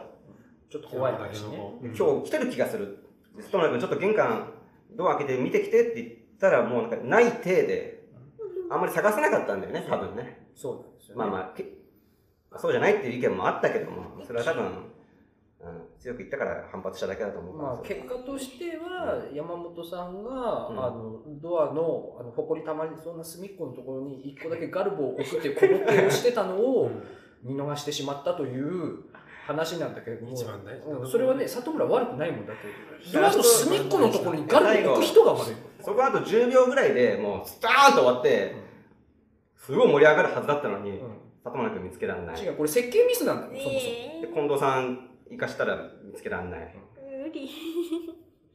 B: ちょっと怖い話ね
C: う、
D: うん
C: 今日来てる気がする。で、ストーン君ちょっと玄関、ドア開けて見てきてって言ったら、もうなんかない体で、あんまり探せなかったんだよね、多分ね。
B: そうなんですよね
C: まあまあ、けそうじゃないっていう意見もあったけども、それは多分、うん、強く言ったから反発しただけだと思うから、
B: まあ、結果としては山本さんが、
C: うん
B: あのドアのあの埃たまりそうな隅っこのところに一個だけガルボを置くっていう小ボケをしてたの
D: う
B: を
D: ん
B: 見逃してしまったという話なんだけれども
D: 一番大事なとこ
B: う
D: ろ
B: んそれはね里村悪くないもんだってドアの隅っこのところにガルボを置く人が悪い
C: そこあと10秒ぐらいでもう、スターンと終わって、すごい盛り上がるはずだったのに、
B: うん
C: 里村君見つけられない。
B: 違
C: で
B: うこれ設計ミスなんだよそもそも
A: ええ
C: 近藤さん行かしたら見つけられない。
A: 無理。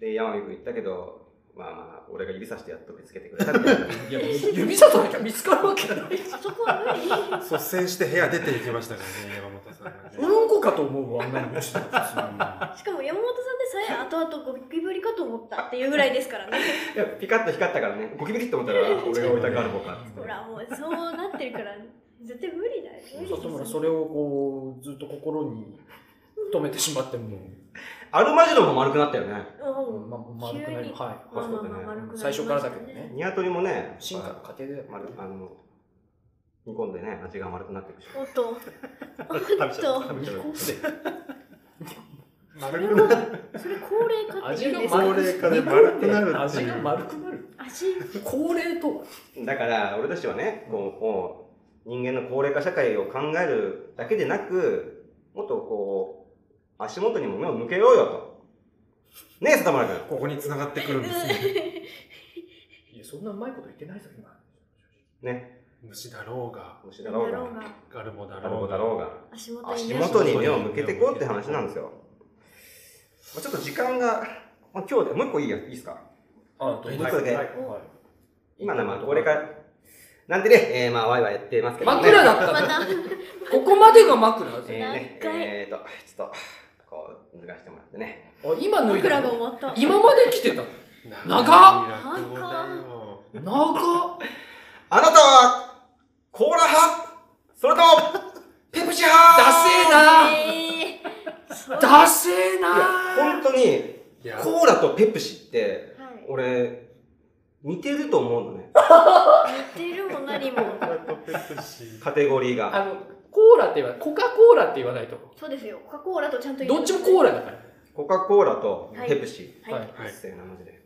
C: で、山美君行ったけど、まあまあ、俺が指さしてやっと見つけてくれたみたいな。
B: いや指ささなきゃ見つかるわけがない
A: そこは無理。
D: 率先して部屋出ていきましたからね、山本さんがね。
B: うんこかと思うわあんなの落ちたら普通に
A: しかも山本さんでさえ後々ゴキブリかと思ったっていうぐらいですからね。
C: いや、ピカッと光ったからね、ゴキブリって思っ たら、俺が置いたガルボかっつって
A: ほらもうそうなってるから絶対無理だよ。無理です
B: 里村それをこうずっと心に留めてしまっても
C: アルマジロも丸くなったよね。
A: うん
B: まあ、丸くな
A: 急
B: り
A: に
B: は
A: まあまあまあ
C: そうだね
A: 丸くなりましたね
B: 最初からだけどね
C: ニワトリもね、
B: い進化の過程で
C: 丸あの煮込んでね味が丸くなっていくし
A: おっと。おっと。
B: 煮込んで
A: それもそれ高齢化っていう
B: 味
A: んで
B: が
A: すか
D: 高
B: 丸
D: 齢化で丸くなるっていう
B: 味が丸くなる
A: 味
B: 高齢とは
C: だから俺たちはねこうこう人間の高齢化社会を考えるだけでなくもっとこう足元にも目を向けようよとねえ里村君
D: ここに繋がってくるんですね。
B: いやそんなうまいこと言ってないぞ今
C: ね
D: 虫だろうが、
C: 虫だ
A: だ
C: ろ
A: ろ
C: う
A: う
C: が
A: が
D: ガルボだ
C: だ
D: ろ
C: ろう
D: う
C: だ
D: が。
C: ろうが
A: 足元に
C: 足
A: ね。
C: 元に目を向けてこうって話なんですよまあちょっと時間がまあ今日でもう一個いいやいいですか
B: あ
C: もう一個だけ
B: はい
C: 今のはまあ、これから、なんてね、えー、まあ、ワイワイやってますけどね。
B: 枕だった
A: ま
B: の
A: た
B: ここまでが枕
C: えー、ね、
A: 何回
C: えーと、ちょっと、こう、脱がしてもらってね。
B: あ今脱い
A: 枕
B: だ
A: が
B: の
A: 終わった
B: 今まで着てたの長っ
D: 落語だよ
B: 長っ
C: あなたは、コーラ派それとも、ペプシ派
B: ダセえな
A: えー
B: ダセえ
C: いや
B: な
C: 本当に、
D: いや
C: コーラとペプシって、
A: は
C: 俺、似てると思うのね。
A: い似てるも何 も
C: カテゴリーが。
B: あのコーラって言わないコカ・コーラって言わないと
A: そうですよコカ・コーラとちゃんと言
B: どっちもコー
A: ラ
B: ラだから
C: コカ・コーラとペプシ。
A: はい、
B: はい
C: は
D: はい
C: い、せーの、マジで。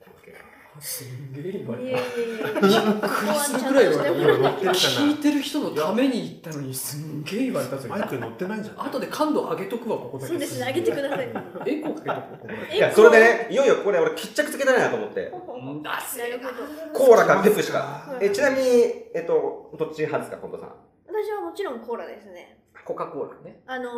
B: すんげえ今
A: いえいえいえ
B: クリスぐらい言われた
A: ここはちゃんとしてもら
D: ってたな
B: 聞いてる人のために言ったのにすんげえ言われたぞ
D: マイク乗ってないんじゃない
B: 後で感度上げとくわここだけ
A: そうですねあげてください
B: エコーかけとくわここだ
A: え
C: いや、それでね、いよいよこれ、俺、決着つけたいなと思って。
A: な
B: けダセ
A: る
B: え
A: ほど
C: コーラかペプシか。
A: はい
C: え、 ちなみに、えっと、どっち派ですか、近藤さん。
A: 私はもちろんコーラですね
B: コカ・コーラね
A: あのー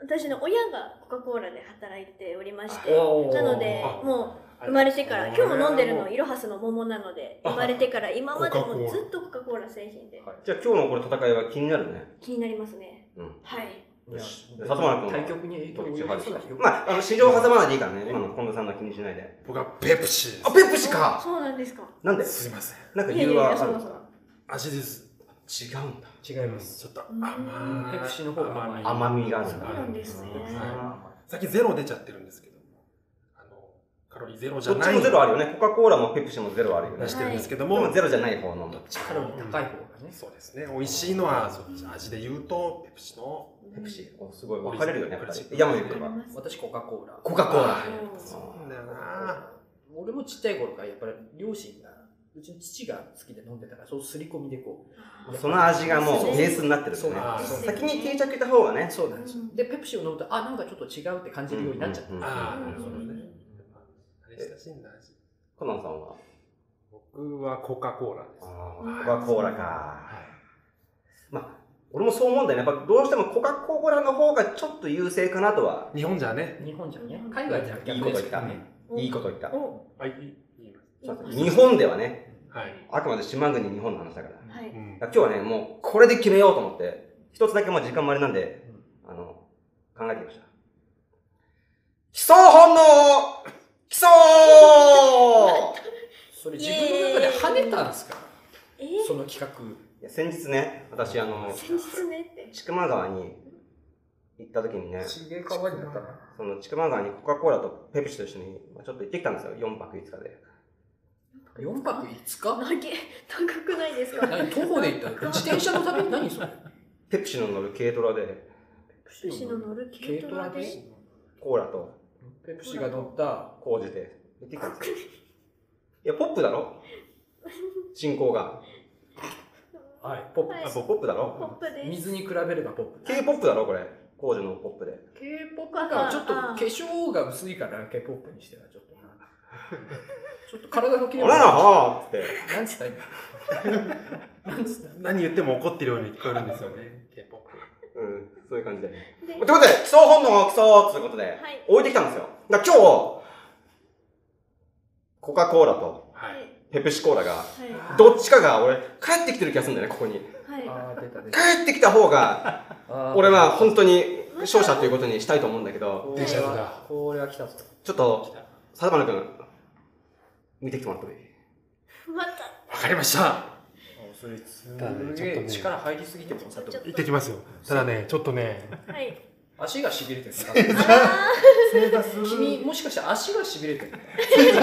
A: 私の親がコカ・コーラで働いておりまして
B: おー
A: なのでもう生まれてから今日も飲んでるのイロハスの桃なので
D: あ
A: 生まれてから今まで
D: コカコー
A: も
D: ラ
A: ずっとコカ・コーラ製品で
C: じゃあ、今日のこれ、戦いは気になるね。
A: 気になりますね
C: うん
A: はい
B: いや
C: 薩摩君は
B: 対局に影響を及ぼさないよ
C: まあ、あの、市場挟まないでいいからね、今の近藤さんの気にしないで。
D: 僕はペプシー
C: あ、ペプシか
A: そうなんですか
C: なんで
D: すいません
C: なんか
A: い
C: 理
A: やい
C: 由
A: やいや
C: は
A: そう
C: ある
A: そうそう
D: 味です
C: 違うんだ。
B: 違います
D: ちょっと甘い
B: ペプシの方が甘い
C: 甘みがあるんだ。
A: そうなんですね
C: あ
D: さっきゼロ出ちゃってるんですけどあのカロリーゼロ
C: ー
D: じ
C: ど
D: ゃ
C: っ
D: な
C: ち
D: い
C: もゼロあるよね。コカ・コーラもペプシもゼロあるよね
D: 出。してるんですけど
C: で
D: も、
C: もゼロじゃない方の。
B: カロリー高い方がね
D: そうですね美味しいのはそっち味で言うとペプシの
C: ペプシ。おすごい分かれるよね、やっぱり
D: う。ん
C: 山行
A: わ
C: け
A: かり
C: ば。
A: ます
B: 私コカ・コーラ
C: コカ・コーラ。
A: う
D: そうなんだよな
B: 俺もちっちゃい頃からやっぱり両親がうちの父が好きで飲んでたからそうすり込みでこう
C: その味がもうベースになってる
B: そう
C: ね
D: あーそう。
C: 先に定着した方がね。
B: そうなんですよ
A: うん
B: でペプシを飲むとあなんかちょっと違うって感じるようになっちゃった、
C: うんうんうん
D: ああ
A: うん
D: なるほどねあれ親しんだ味
C: コナンさんは
D: 僕はコカ・コーラです
C: コカ・コーラか。
D: はい
C: まあ、俺もそう思うんだよね。やっぱどうしてもコカ・コーラの方がちょっと優勢かなとは。
D: 日本じゃね
B: 日本じゃね海外じゃ逆
C: いいこと
B: で
C: 言
B: す
C: っ
B: か
C: た
B: らね。
C: いいこと言った。
A: お
D: はいいいます
C: 日本ではね、
D: はい
C: あくまで島国日本の話だから。
A: はい
D: うん
C: 今日はね、もうこれで決めようと思って、一つだけもう時間もあれなんで、あの、考えてきました。基礎本能基礎
B: それ自分の中で跳ねたんですか
A: え
B: その企画
C: いや先日ね、私あの、
A: 先日ねって
C: 千曲川に行った時にね、
B: げえ可愛いなったな
C: その千曲川にコカ・コーラとペプシと一緒にまあちょっと行ってきたんですよ、4泊5日で。
B: 4泊5日
A: 投げ高くないですか
B: 何徒歩で行ったの自転車の旅何それ
C: ペプシの乗る軽トラで、
A: ペプシの乗る軽トラで
C: コーラと
B: ペプシが乗った
C: 工事で行ってきたんですよ。いや、ポップだろ進行が。
B: はいポップ
A: はい
C: あ、そうポップだろ
A: ポップです
B: 水に比べればポップ
C: K-POP だろこれ。工事のポップで。
B: K-POP がちょっと化粧が薄いから K-POP にしてはちょっとなちょっと体の切れ
C: あららはーっつって。
B: なんつった今なんつった
D: 何言っても怒ってるように聞こえるんですよね K-POP
C: うん、そういう感じで。と
A: で
C: いうことで、基礎本能を基礎ということで、
A: い
C: 置いてきたんですよ。だから今日、コカ・コーラと
D: はい
C: ペプシコーラが、
A: はい
C: どっちかが俺、帰ってきてる気がするんだよね、ここに。
A: はいはい
B: あー出た出た
C: 帰ってきた方が、
B: あー
C: 俺は本当に勝者ということにしたいと思うんだけど、
B: こ
D: デジ
B: れ
D: ャブ
B: は
D: だ
B: これは来たぞ
C: ちょっと、さだまるくん、見てきてもらってもいい
A: また
D: わかりました
B: それす
D: だねちょっ
B: げ
D: と
B: え
D: ね
B: 力入りすぎてもさ
A: ちょっ
D: 行ってきますよただねちょっとね
A: はい
B: 足がしびれ てる
A: あら
D: 正座す
B: 君もしかして足がしびれてる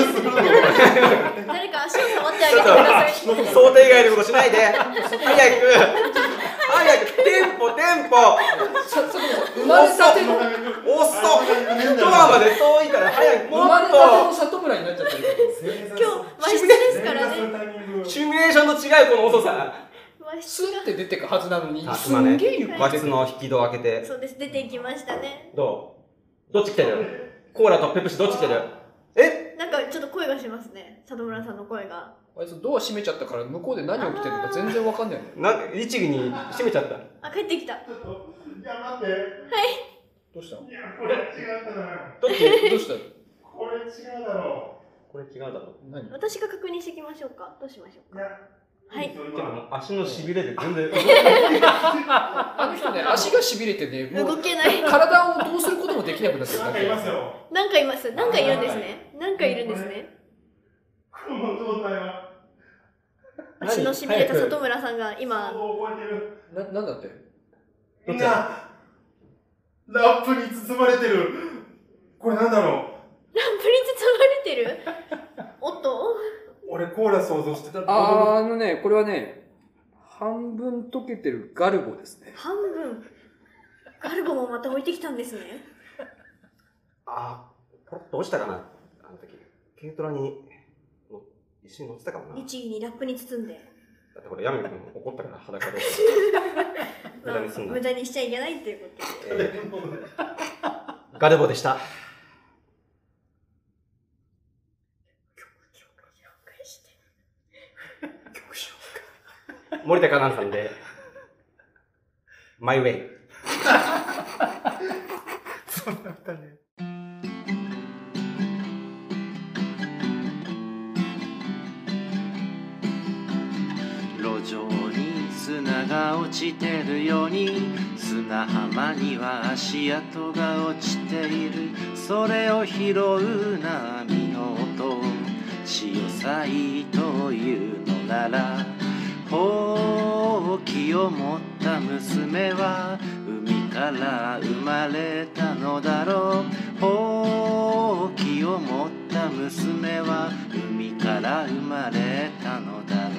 A: ー 誰か足を触ってあげてください
C: 想定外のことしないで早く早くテンポテンポ
B: さそこ 生まれたての
C: 遅っドアまで遠いから早く
B: 生まれたて
C: もっ
B: の里村になっちゃってる
A: 今日和室ですからね
C: とシミュレーションと違うこの遅さ
A: 和
B: ス
A: 室
B: ンって出てくはずなのに
C: あ
B: す
C: 今ね
B: んげえゆっくり
C: 和
B: 出てく
C: 室
B: る
C: の引き戸を開けて
A: そうです出てきましたね
C: どうどっち来てるコーラとペプシどっち来てるえ
A: なんかちょっと声がしますね佐村さんの声が
B: あいつドア閉めちゃったから向こうで何起きてるのか全然わかんないのよ
C: なんか律儀に閉めちゃった
A: あ帰ってきた
J: いや待って
B: どうしたの
J: これ違ったな
C: どっち
B: どうしたの
J: これ違うだろ
C: これ違うだろ
B: 何
A: 私が確認していきましょうかどうしましょうかはい
C: でも足のしびれで全然
B: あの人ね、足がしびれてね、も
A: 動
B: う
A: けない
B: 体をどうすることもできなくなってる
J: なんかいますよ。
A: なんかいますなんかいるんですねなんかいるんですね
J: この状態は。
A: 足のしびれた里村さんが今
J: もう覚えてる。
B: ななんだって
J: みんな、ラップに包まれてる。これなんだ
A: ラ
J: ろ
A: ンプに包まれてる おっと
J: う。俺コーラ想像してた。
B: あーあのね、これはね、半分溶けてるガルボですね。
A: 半分ガルボもまた置いてきたんですね
C: あポロッと落ちたかなあの時軽トラにの一緒に乗ってたかもなだ
A: 律儀にラップに包んで
C: ってこれヤミ君怒ったから裸で無駄にすんな
A: 無駄にしちゃいけないっていうこと
C: えーガルボでした
A: 曲紹介して
C: 森田香奈さんでマイウェイ
K: 路上に砂が落ちてるように砂浜には足跡が落ちているそれを拾う波の音潮騒というのならほうきを持った娘は海から生まれたのだろうほうきを持った娘は海から生まれたのだろう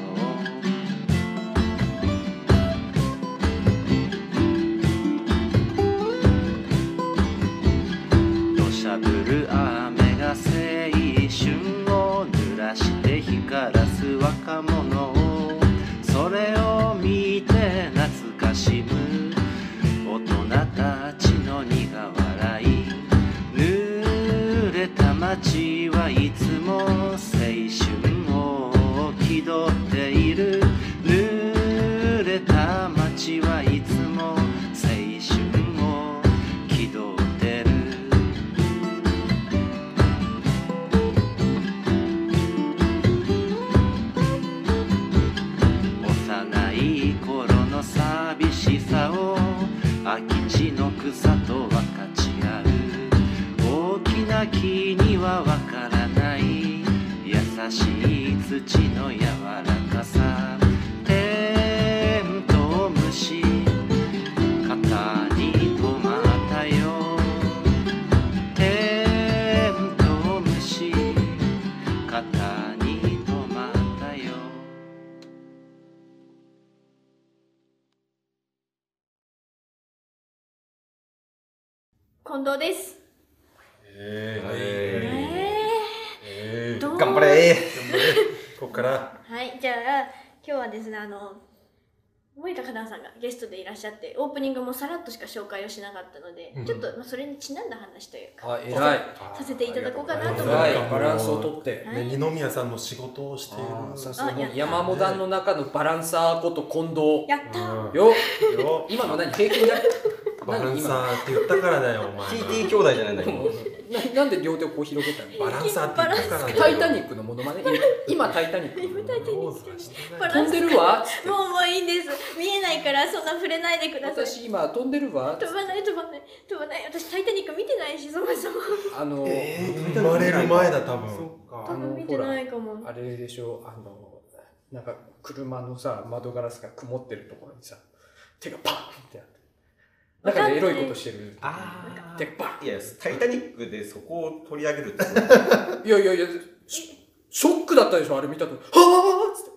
K: 土砂降る雨が青春を濡らして光らす若者をそれを見て懐かしむ大人たちの苦笑い濡れた街はいつも青春を気取っている濡れた街はいつも青春を気取ってる幼い頃の寂しさを空き地の草と分かち合う大きな木にはわからない優しい土の柔らかさテントウムシ肩に止まったよテントウムシ肩に止まったよ
A: 近藤です
D: ええ
A: えどう
C: 頑張れ
D: ここから
A: はいじゃあ今日はですねあの森田花壇さんがゲストでいらっしゃってオープニングもさらっとしか紹介をしなかったので、
D: うん
A: ちょっと、まあ、それにちなんだ話というか
B: あ、偉い。
A: させていただこうかなと思っ
B: 偉
A: て
B: い。バランスをとって。
A: はい
D: ね、二宮さんの仕事をしている
B: あーさす
A: あ
B: が
A: やった
B: 山モダンの中のバランサーこと近藤。
A: やったー、
D: うん
B: よ
D: よ
B: 今の何平均だ
D: バランサ
B: 何
D: ーって言ったから だよお前
C: TT 兄弟じゃないんだ
B: 今
C: よ
B: ななんで両手をこう広げたの
D: バランサーって言ったからだよ
B: タイタニックのモノマネ今タイタニック
A: 今タイタニック
D: ローズはして
A: バ
D: ない
A: ラ
B: 飛んでるわ
A: もうもういいんです見えないからそんな触れないでください
B: 私今飛んでるわ
A: 飛ばない飛ばない飛ばない私「タイタニック」見てないしそもそも
B: あの、
D: 生まれる前だ多分
B: あの
A: 見て
B: ほら
A: ないかも
B: あれでしょあのなんか車のさ窓ガラスが曇ってるところにさ手がパーンってあって
A: わかん
B: 中
A: ない
B: でエロいことしてる
D: あ
B: 手バ
C: いや「タイタニック」でそこを取り上げるってこと
B: ーンいやいやいやシショックだったでしょあれ見たとはあっつって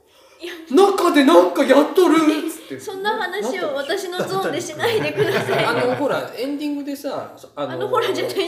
B: 中でなんかやっとるっつって
A: そんな話を
B: なったでし
A: 私のゾーンでしないでください
B: ょあのほらエンディングでさそあ
A: あのほらじゃない違う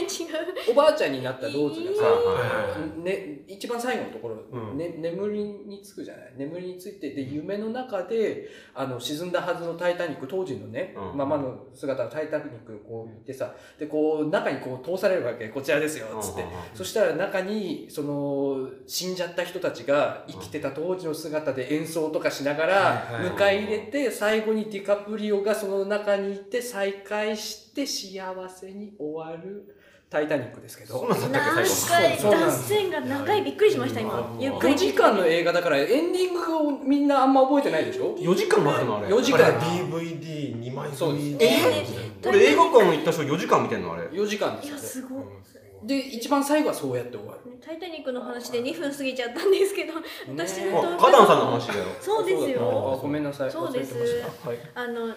B: おばあちゃんになったローズがさ、
D: はい
B: ね、一番最後のところ、
D: うん
B: ね、眠りにつくじゃない眠りについてで夢の中であの沈んだはずの「タイタニック」当時のね、
C: うん
B: ままの姿の「タイタニック」こう見てさでこう中にこう通されるわけこちらですよつって、そしたら中にその死んじゃった人たちが生きてた当時の姿で演奏とかしながら
D: はいはい
B: 迎え入れて最後にディカプリオがその中にいて再会して幸せに終わるタイタニックですけど。
D: そうなんだったっけ
A: 何
D: 最後
A: 回
B: そうそうなん
A: 脱
B: です
A: 線が何回びっくりしました今ゆっく
B: 4
A: り
B: 時間の映画だからエンディングをみんなあんま覚えてないでしょ
D: 4時間もあるのあれ
B: 4時間
D: あれ DVD2 枚
B: そうです
D: 分
A: えー
C: 俺映画館行った人4時間見てんのあれ
B: 4時間で
A: い
B: すよ
A: や
B: ね
A: すごい
B: で一番最後はそうやって終わる
A: タイタニックの話で2分過ぎちゃったんですけど
B: ね
A: 私
C: あ
A: の動画
C: 花壇さんの話だよ
A: そうです
B: だったあ
A: よ
B: ごめんなさい
A: そうです
B: 忘れてましたはい
A: あの4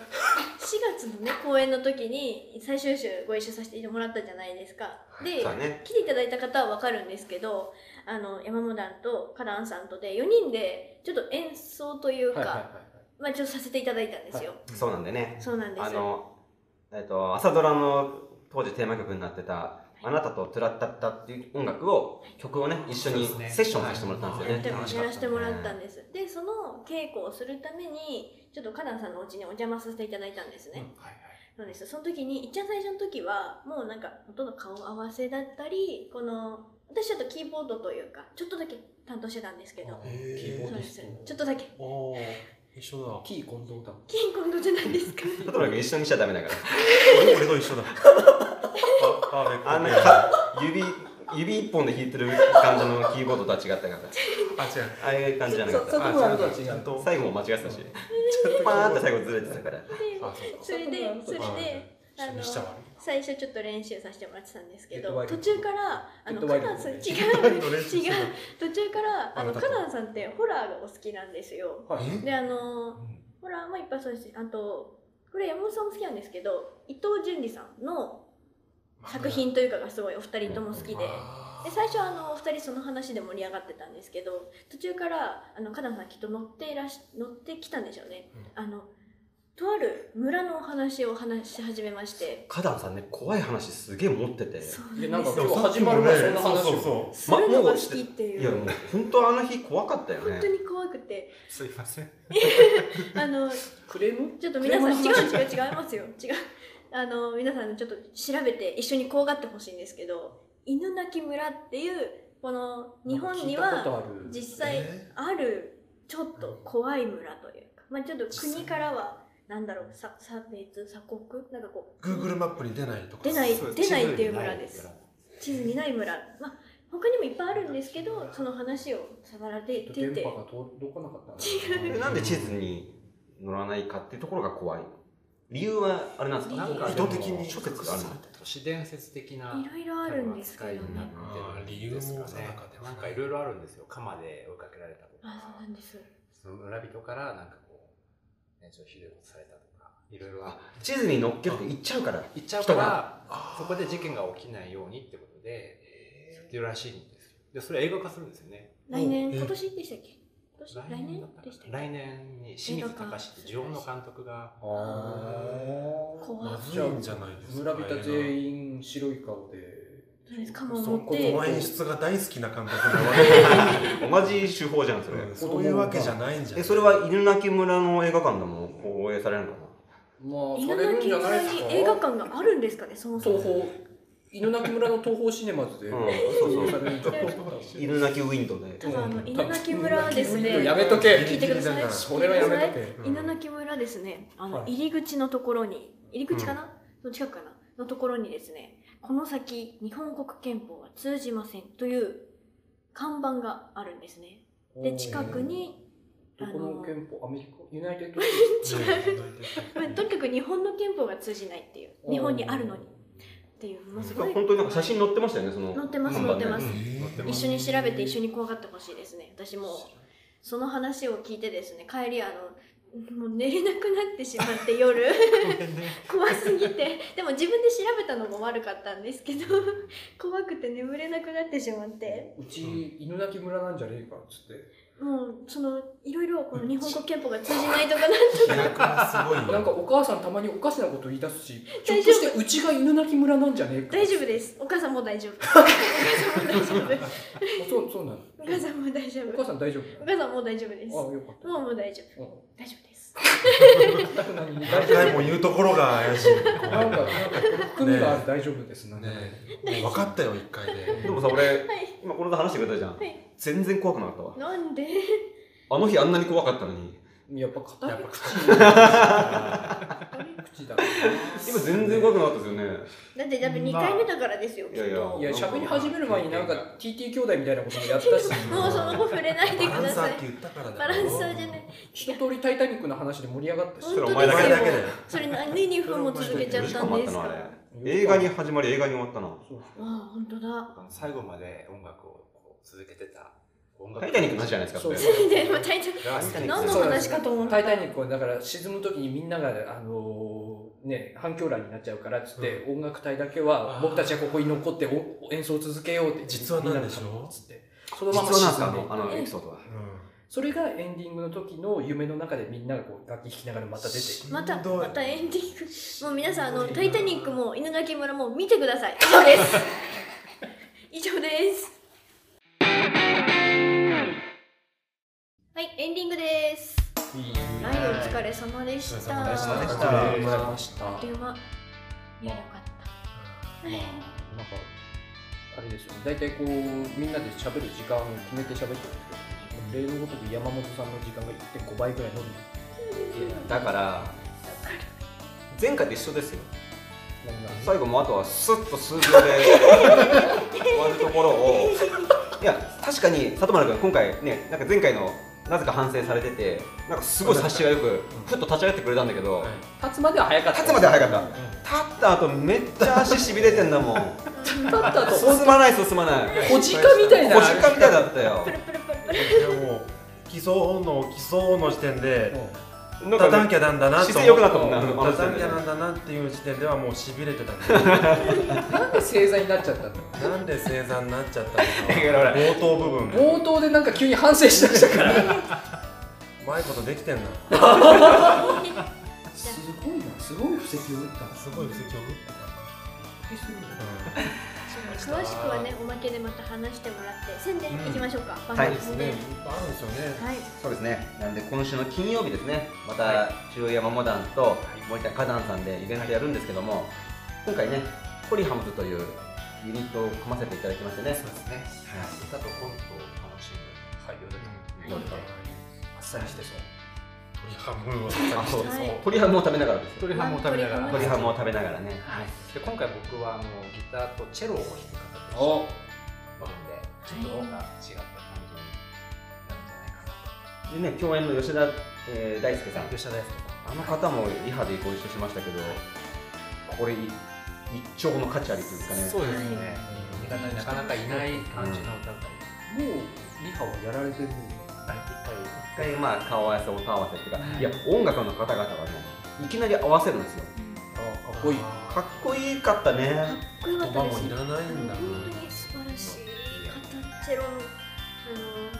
A: 月のね公演の時に最終週ご一緒させてもらったじゃないですかで
C: そうだね
A: 来ていただいた方は分かるんですけどあの山本さんとカランさんとで4人でちょっと演奏というか、
B: はいはいはい
A: まあちょっとさせていただいたんですよ、
C: そうなんでね
A: そうなんです
C: あ
A: よ
C: の、えっと、朝ドラの当時テーマ曲になってた、あなたとトゥラッタッタっていう音楽を、曲をね、一緒に
D: そうですね
C: セッションさせてもらったんですよね。
A: でも
C: 楽し
A: や
C: かっ
A: ら
C: た
A: せてもらったんです、でその稽古をするためにちょっと花壇さんのお家にお邪魔させていただいたんですね、そうですその時にいっちゃん最初の時はもうなんかほとんど顔合わせだったりこの私ちょっとキーボードというかちょっとだけ担当してたんですけど
D: え
A: そうですちょっとだけ
D: おー一緒だ
B: キー近藤だもん
A: 金今度じゃないですか
C: トトロが一緒にしちゃダメだから。
D: 俺俺と一緒だパパーフェクト
C: あんなか指、指一本で弾いてる感じのキーボードとは違ったか
D: あ違
C: ら。
D: う
C: ああいう感じじゃなかった。
B: 佐藤さんとは違
D: ちゃん
B: う
D: と
C: 最後も間違えてたし、パーンって最後ずれてたから。
D: あそうか
A: それでそれ
D: あ
A: であの
D: にしちゃ悪い
A: 最初ちょっと練習させてもらってたんですけ
B: ヘッド
A: ど
B: バイ
A: 途中からあの
B: ヘッド
A: カ
B: バイブ
A: ナンさん違う違
D: ド
A: う
D: 練習する
A: 途中からあの
D: あなた
A: カ
D: と
A: ナンさんってホラーがお好きなんですよ
B: はい
A: であのホラーもいっぱいそうですしあとこれ山本さんも好きなんですけど伊藤潤二さんの作品というかがすごいお二人とも好きで
D: あー
A: で最初はあのお二人その話で盛り上がってたんですけど途中からあのカナンさんきっと乗っていらし乗ってきたんでしょうね、あのとある村のお話を話し始めまして
C: 花壇さんね、怖い話すげえ持ってて。
A: そう
B: いや
A: な
B: なんん
A: で
B: か
A: すよ
B: 今日始まる前そんな話
D: そう
B: を
D: そうそう
A: するのが
C: も
A: 好
C: う
A: きっていう
C: いやもう本当あの日怖かったよ
A: 本
C: ね
A: 当。に怖くて
D: すいません
A: あの
B: クレーム
A: ちょっと皆さん
B: ク
A: 違
B: レームの
A: う違う違いますよ違うあの皆さんちょっと調べて一緒に怖がってほしいんですけど犬鳴村っていうこの日本に
B: 聞いたこと
A: は
B: ある
A: 実際あるちょっと怖い村というか、まあ、ちょっと国からはなんだろうさ差別鎖国なんかこう
D: Google マップに出ないとか
A: 出ない
D: そう
A: 出ないっていう
L: 地図にな
A: 村です地図にない村、まあ、他にもいっぱいあるんですけどその話をさられていて
B: 電波が届かなかったんだ
C: でなんで地図に乗らないかっていうところが怖い理由はあれなんですか
L: なんか
D: 意図的に
C: 諸説があるの
L: 都市伝説的ない
A: ろいろあるんですけどね
L: 扱いになってるんですよ
D: あー理由も定
L: ね
D: かではな
L: ないんかいろいろあるんですよ鎌で追いかけられたと
A: あそう
L: か
A: なんです
L: その村人からなんかこうねちょっとひどいことされたとかいろいろあ
C: あ地図に乗っけて行っちゃうから
L: 行っちゃうか
C: 人
L: らそこで事件が起きないようにってことでやってるらしいんですよでそれ映画化するんですよね
A: 来年
D: え
A: 今年でしたっけ今年来年でしたっ
L: だったかな
A: け
L: 来年に清水隆ってジオンの監督が
A: 怖
D: ま
A: い
D: ずいんじゃないですか
B: 村人全員白い顔で
A: そうですかも
D: そ
A: 持っ
D: この演
A: て
D: 出が大好きな監督なわけ
C: 同じ手法じゃんそれ、
D: うんそういうわけじゃないんじゃない
C: えそれは犬鳴村の映画館でも放映されるのか
B: まあ
A: 犬
B: されるん
A: 鳴
B: じゃ
A: 村
B: ないで
A: に
B: すか
A: 映画館があるんですかねそもそも
B: 東宝犬鳴村の東宝シネマズで
C: な、うん、そう
B: さ
C: そう
B: れるんじゃないですか
C: 犬鳴ウィンドウで
A: ただあの犬鳴村ですね
B: やめとけ
A: 聞いてください
B: それはやめとけ
D: うん
A: 稲垣村ですねあの
B: は
A: 入り口のところに入り口かな、の近くかなのところにですねこの先日本国憲法は通じませんという看板があるんですねで近くに
B: どこの憲法アメリカユナイテッド
A: 違う、まあとにかく日本の憲法が通じないっていう日本にあるのにっていうものすごい
C: 本当になんか写真載ってましたよねその
A: 載ってます
C: 看
A: 載って
C: 板ね
A: ます、
D: うん
A: 一緒に調べて一緒に怖がってほしいですね私もその話を聞いてですね帰りあのもう寝れなくなってしまって夜 怖すぎてでも自分で調べたのも悪かったんですけど 怖くて眠れなくなってしまって
B: うち犬鳴村なんじゃねえかっつって
A: もうそのいろいろこの日本語憲法が通じないとかな
D: 気楽がすごいよ
B: なんかお母さんたまにおかしなこと言い出すしちょっとしてうちが犬鳴村なんじゃねえか
A: 大丈夫ですお母さんも大丈夫お母さんも大丈夫
B: あそうそうなの
A: お母さんも大丈
B: お
A: 夫
B: 母さん大丈
A: お
B: 夫
A: 母さんも大丈夫ですも
B: あよかった
A: うもう大丈
B: う
A: 夫
B: ん
A: 大丈夫です
D: 何回も言うところが怪しい
B: なんか、なんか、含みがある、大丈夫です。なんか
D: ねえもう分かったよ一回で
C: でもさ俺
A: はい
C: 今この間話してくれたじゃん、
A: はい
C: 全然怖くなかったわ
A: なんで
C: あの日あんなに怖かったのに
B: やっぱ語り口。語り口だ。
C: 今全然怖くなかったですよね
A: だってだって2回目だからですよ、
C: いやい
A: きっ
C: や
A: と
B: いや喋り始める前になんか TT 兄弟みたいなこともやったし
A: も うその後触れないでください
L: 言ったから
A: バランサーじゃない
B: 一通り「タイタニック」の話で盛り上がったし
A: 本
L: お
A: 当
L: 前
A: で
L: だけ
A: すよ
L: だけだよ
A: それ何2分も続けちゃったんですか
C: あ
A: あ
C: れ映画に始まり映画に終わったな
A: あ本当だ
L: 最後まで音楽をこう続けてた音楽
C: タイタニックの話じゃないですか
B: そう
C: それ
A: でも大体
L: が
C: タイタニック
A: 何の話かと思った
B: タイタニックはだから沈む時にみんなが、あのーね、反響欄になっちゃうからっつって、音楽隊だけは僕たちはここに残ってお演奏を続けようって
L: 実はなんでし
B: み
L: ょう
B: なで頼むっつってそのまま
C: 実はなんすかあ
B: 沈んでいった
C: のあのエピソードは
B: それがエンディングの時の夢の中でみんながこう楽器弾きながらまた出ていく
A: また
L: しんどい
A: またエンディングもう皆さんあの「タイタニック」も「犬鳴村」も見てください以上です以上ですはいエンディングですはいお疲れ様でした
L: お疲れ様でし
A: あ
L: た
B: ありがとうございました
A: っという間いやよかった
B: まあ、なんか、あれですよね、大体こう、みんなで喋る時間を決めて喋ってるんですけど、例のごとく山本さんの時間が1.5倍ぐらい伸び
C: だから前回と一緒ですよ
B: て、なんか
C: 最後もあとはスッと数 秒で終わるところをいや確かに里村君今回ねなんか前回のなぜか反省されててなんかすごい察しがよくふっと立ち上がってくれたんだけど
B: 立つまでは早かった。
C: 立つまでは早か
B: う
C: っ
B: ん
C: た立った後めっちゃ足しびれてんだもん
B: 立った後、
C: 進まない進まない
B: 小鹿みたいな。
C: 小鹿みたいだった よ
A: プルプルプルプル
D: いやもう基礎の基礎の時点で
C: な
D: た
C: んか
D: たん
C: ね
D: きゃなんだなと
C: 姿勢
D: 思
C: 良
D: っ
C: く
D: て
C: なったもんねあのあ
D: た
C: の
D: たんきゃなんだなっていう時点ではもうしびれてたけど
B: なんで正座になっちゃったの
D: なんで正座になっちゃったのか
C: やほら
D: 冒頭部分が
B: 冒頭でなんか急に反省しだしたから。
D: うまいことできてんな
B: すごいな、すごい布石を打った。
D: すごい布石を打って
A: 詳しくはねおまけでまた話してもらって宣伝いきましょうか、番
C: はい
A: 組
D: たねいっぱいあるんですよね
A: はい
C: そうですね、なんで今週の金曜日ですね、また中央山モダンと森田花壇さんでイベントやるんですけども、今回ね、ポリハムズというユニットを組ませていただきましてね、
L: そうですね、歌とコントを楽しむはい、
C: どうですか
B: あっさりしてそう。
D: 鳥ハムを
C: あそう
A: はい
C: ポリハムを食べながらですよ、
L: 鳥ハムを食べながら
C: ポリハムを食べながらね、
L: はい、で今回僕はあのギターとチェロを弾く形で
B: お
L: なのでちょっと音が違った感じになるんじゃないかな
C: でね共演の吉田、えー大輔さん
L: と、吉田大輔さ
C: あ
L: ん
C: の方もリハでご一緒しましたけど、これ、い一丁の価値ありというかね、
L: そうですね、味方になかなかいない感じの歌だったり、
B: もう、リハはやられてるんだ
C: 一回、まあ、顔合わせ、音合わせっていうか、いや、音楽の方々がね、いきなり合わせるんですよ。
B: あ、かっこいい。
C: かっこいいかったね
A: かっこよかったです
D: らない
A: 本当に素晴らしい方チェロのあの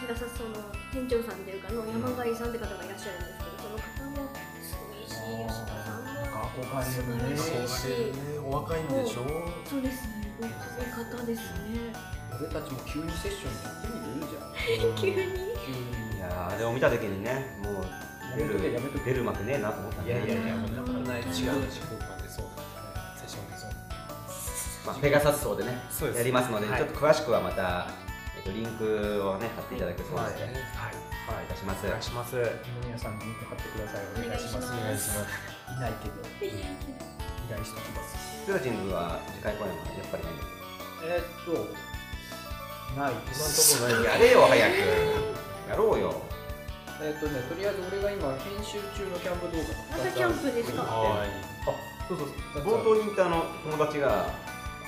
A: ペガサスの店長さんというかの山貝さんって方がいらっしゃるんですけどその方もすごいし吉田さんも
D: 憧れるね
A: 素晴らしい
D: 憧れるねお若いんでしょ
A: そうですねお若い方ですね
B: 俺たちも急にセッションやってみるじゃん。
A: 急に
B: 急に
C: いやーあれを見た時にねもう出
B: やめとけ
C: る
B: やめとけ
C: 出る幕ねえなと思ったね
L: いやいやいや、
A: うん
L: もうなかなかない違う時空間でそうだ
D: セッションでそう
C: まあ、ペガサス層でね
L: そう
C: やりますので、
L: はい
C: ちょっと詳しくはまた、えっと、リンクをね貼っていただくそうな
L: は
C: いので、お願いいたします、
L: お願いします
B: 皆さんにリンク貼ってください
A: お願いします
B: お願いしますいないけど依頼してきます
C: スラジングは次回公演はやっぱりないんで
B: えーっとない
C: すかやれよ早くやろうよ
B: えーっとねとりあえず俺が今編集中のキャンプ動画
A: またキャンプですか
D: は
C: そうそう冒頭に言ったあの友達が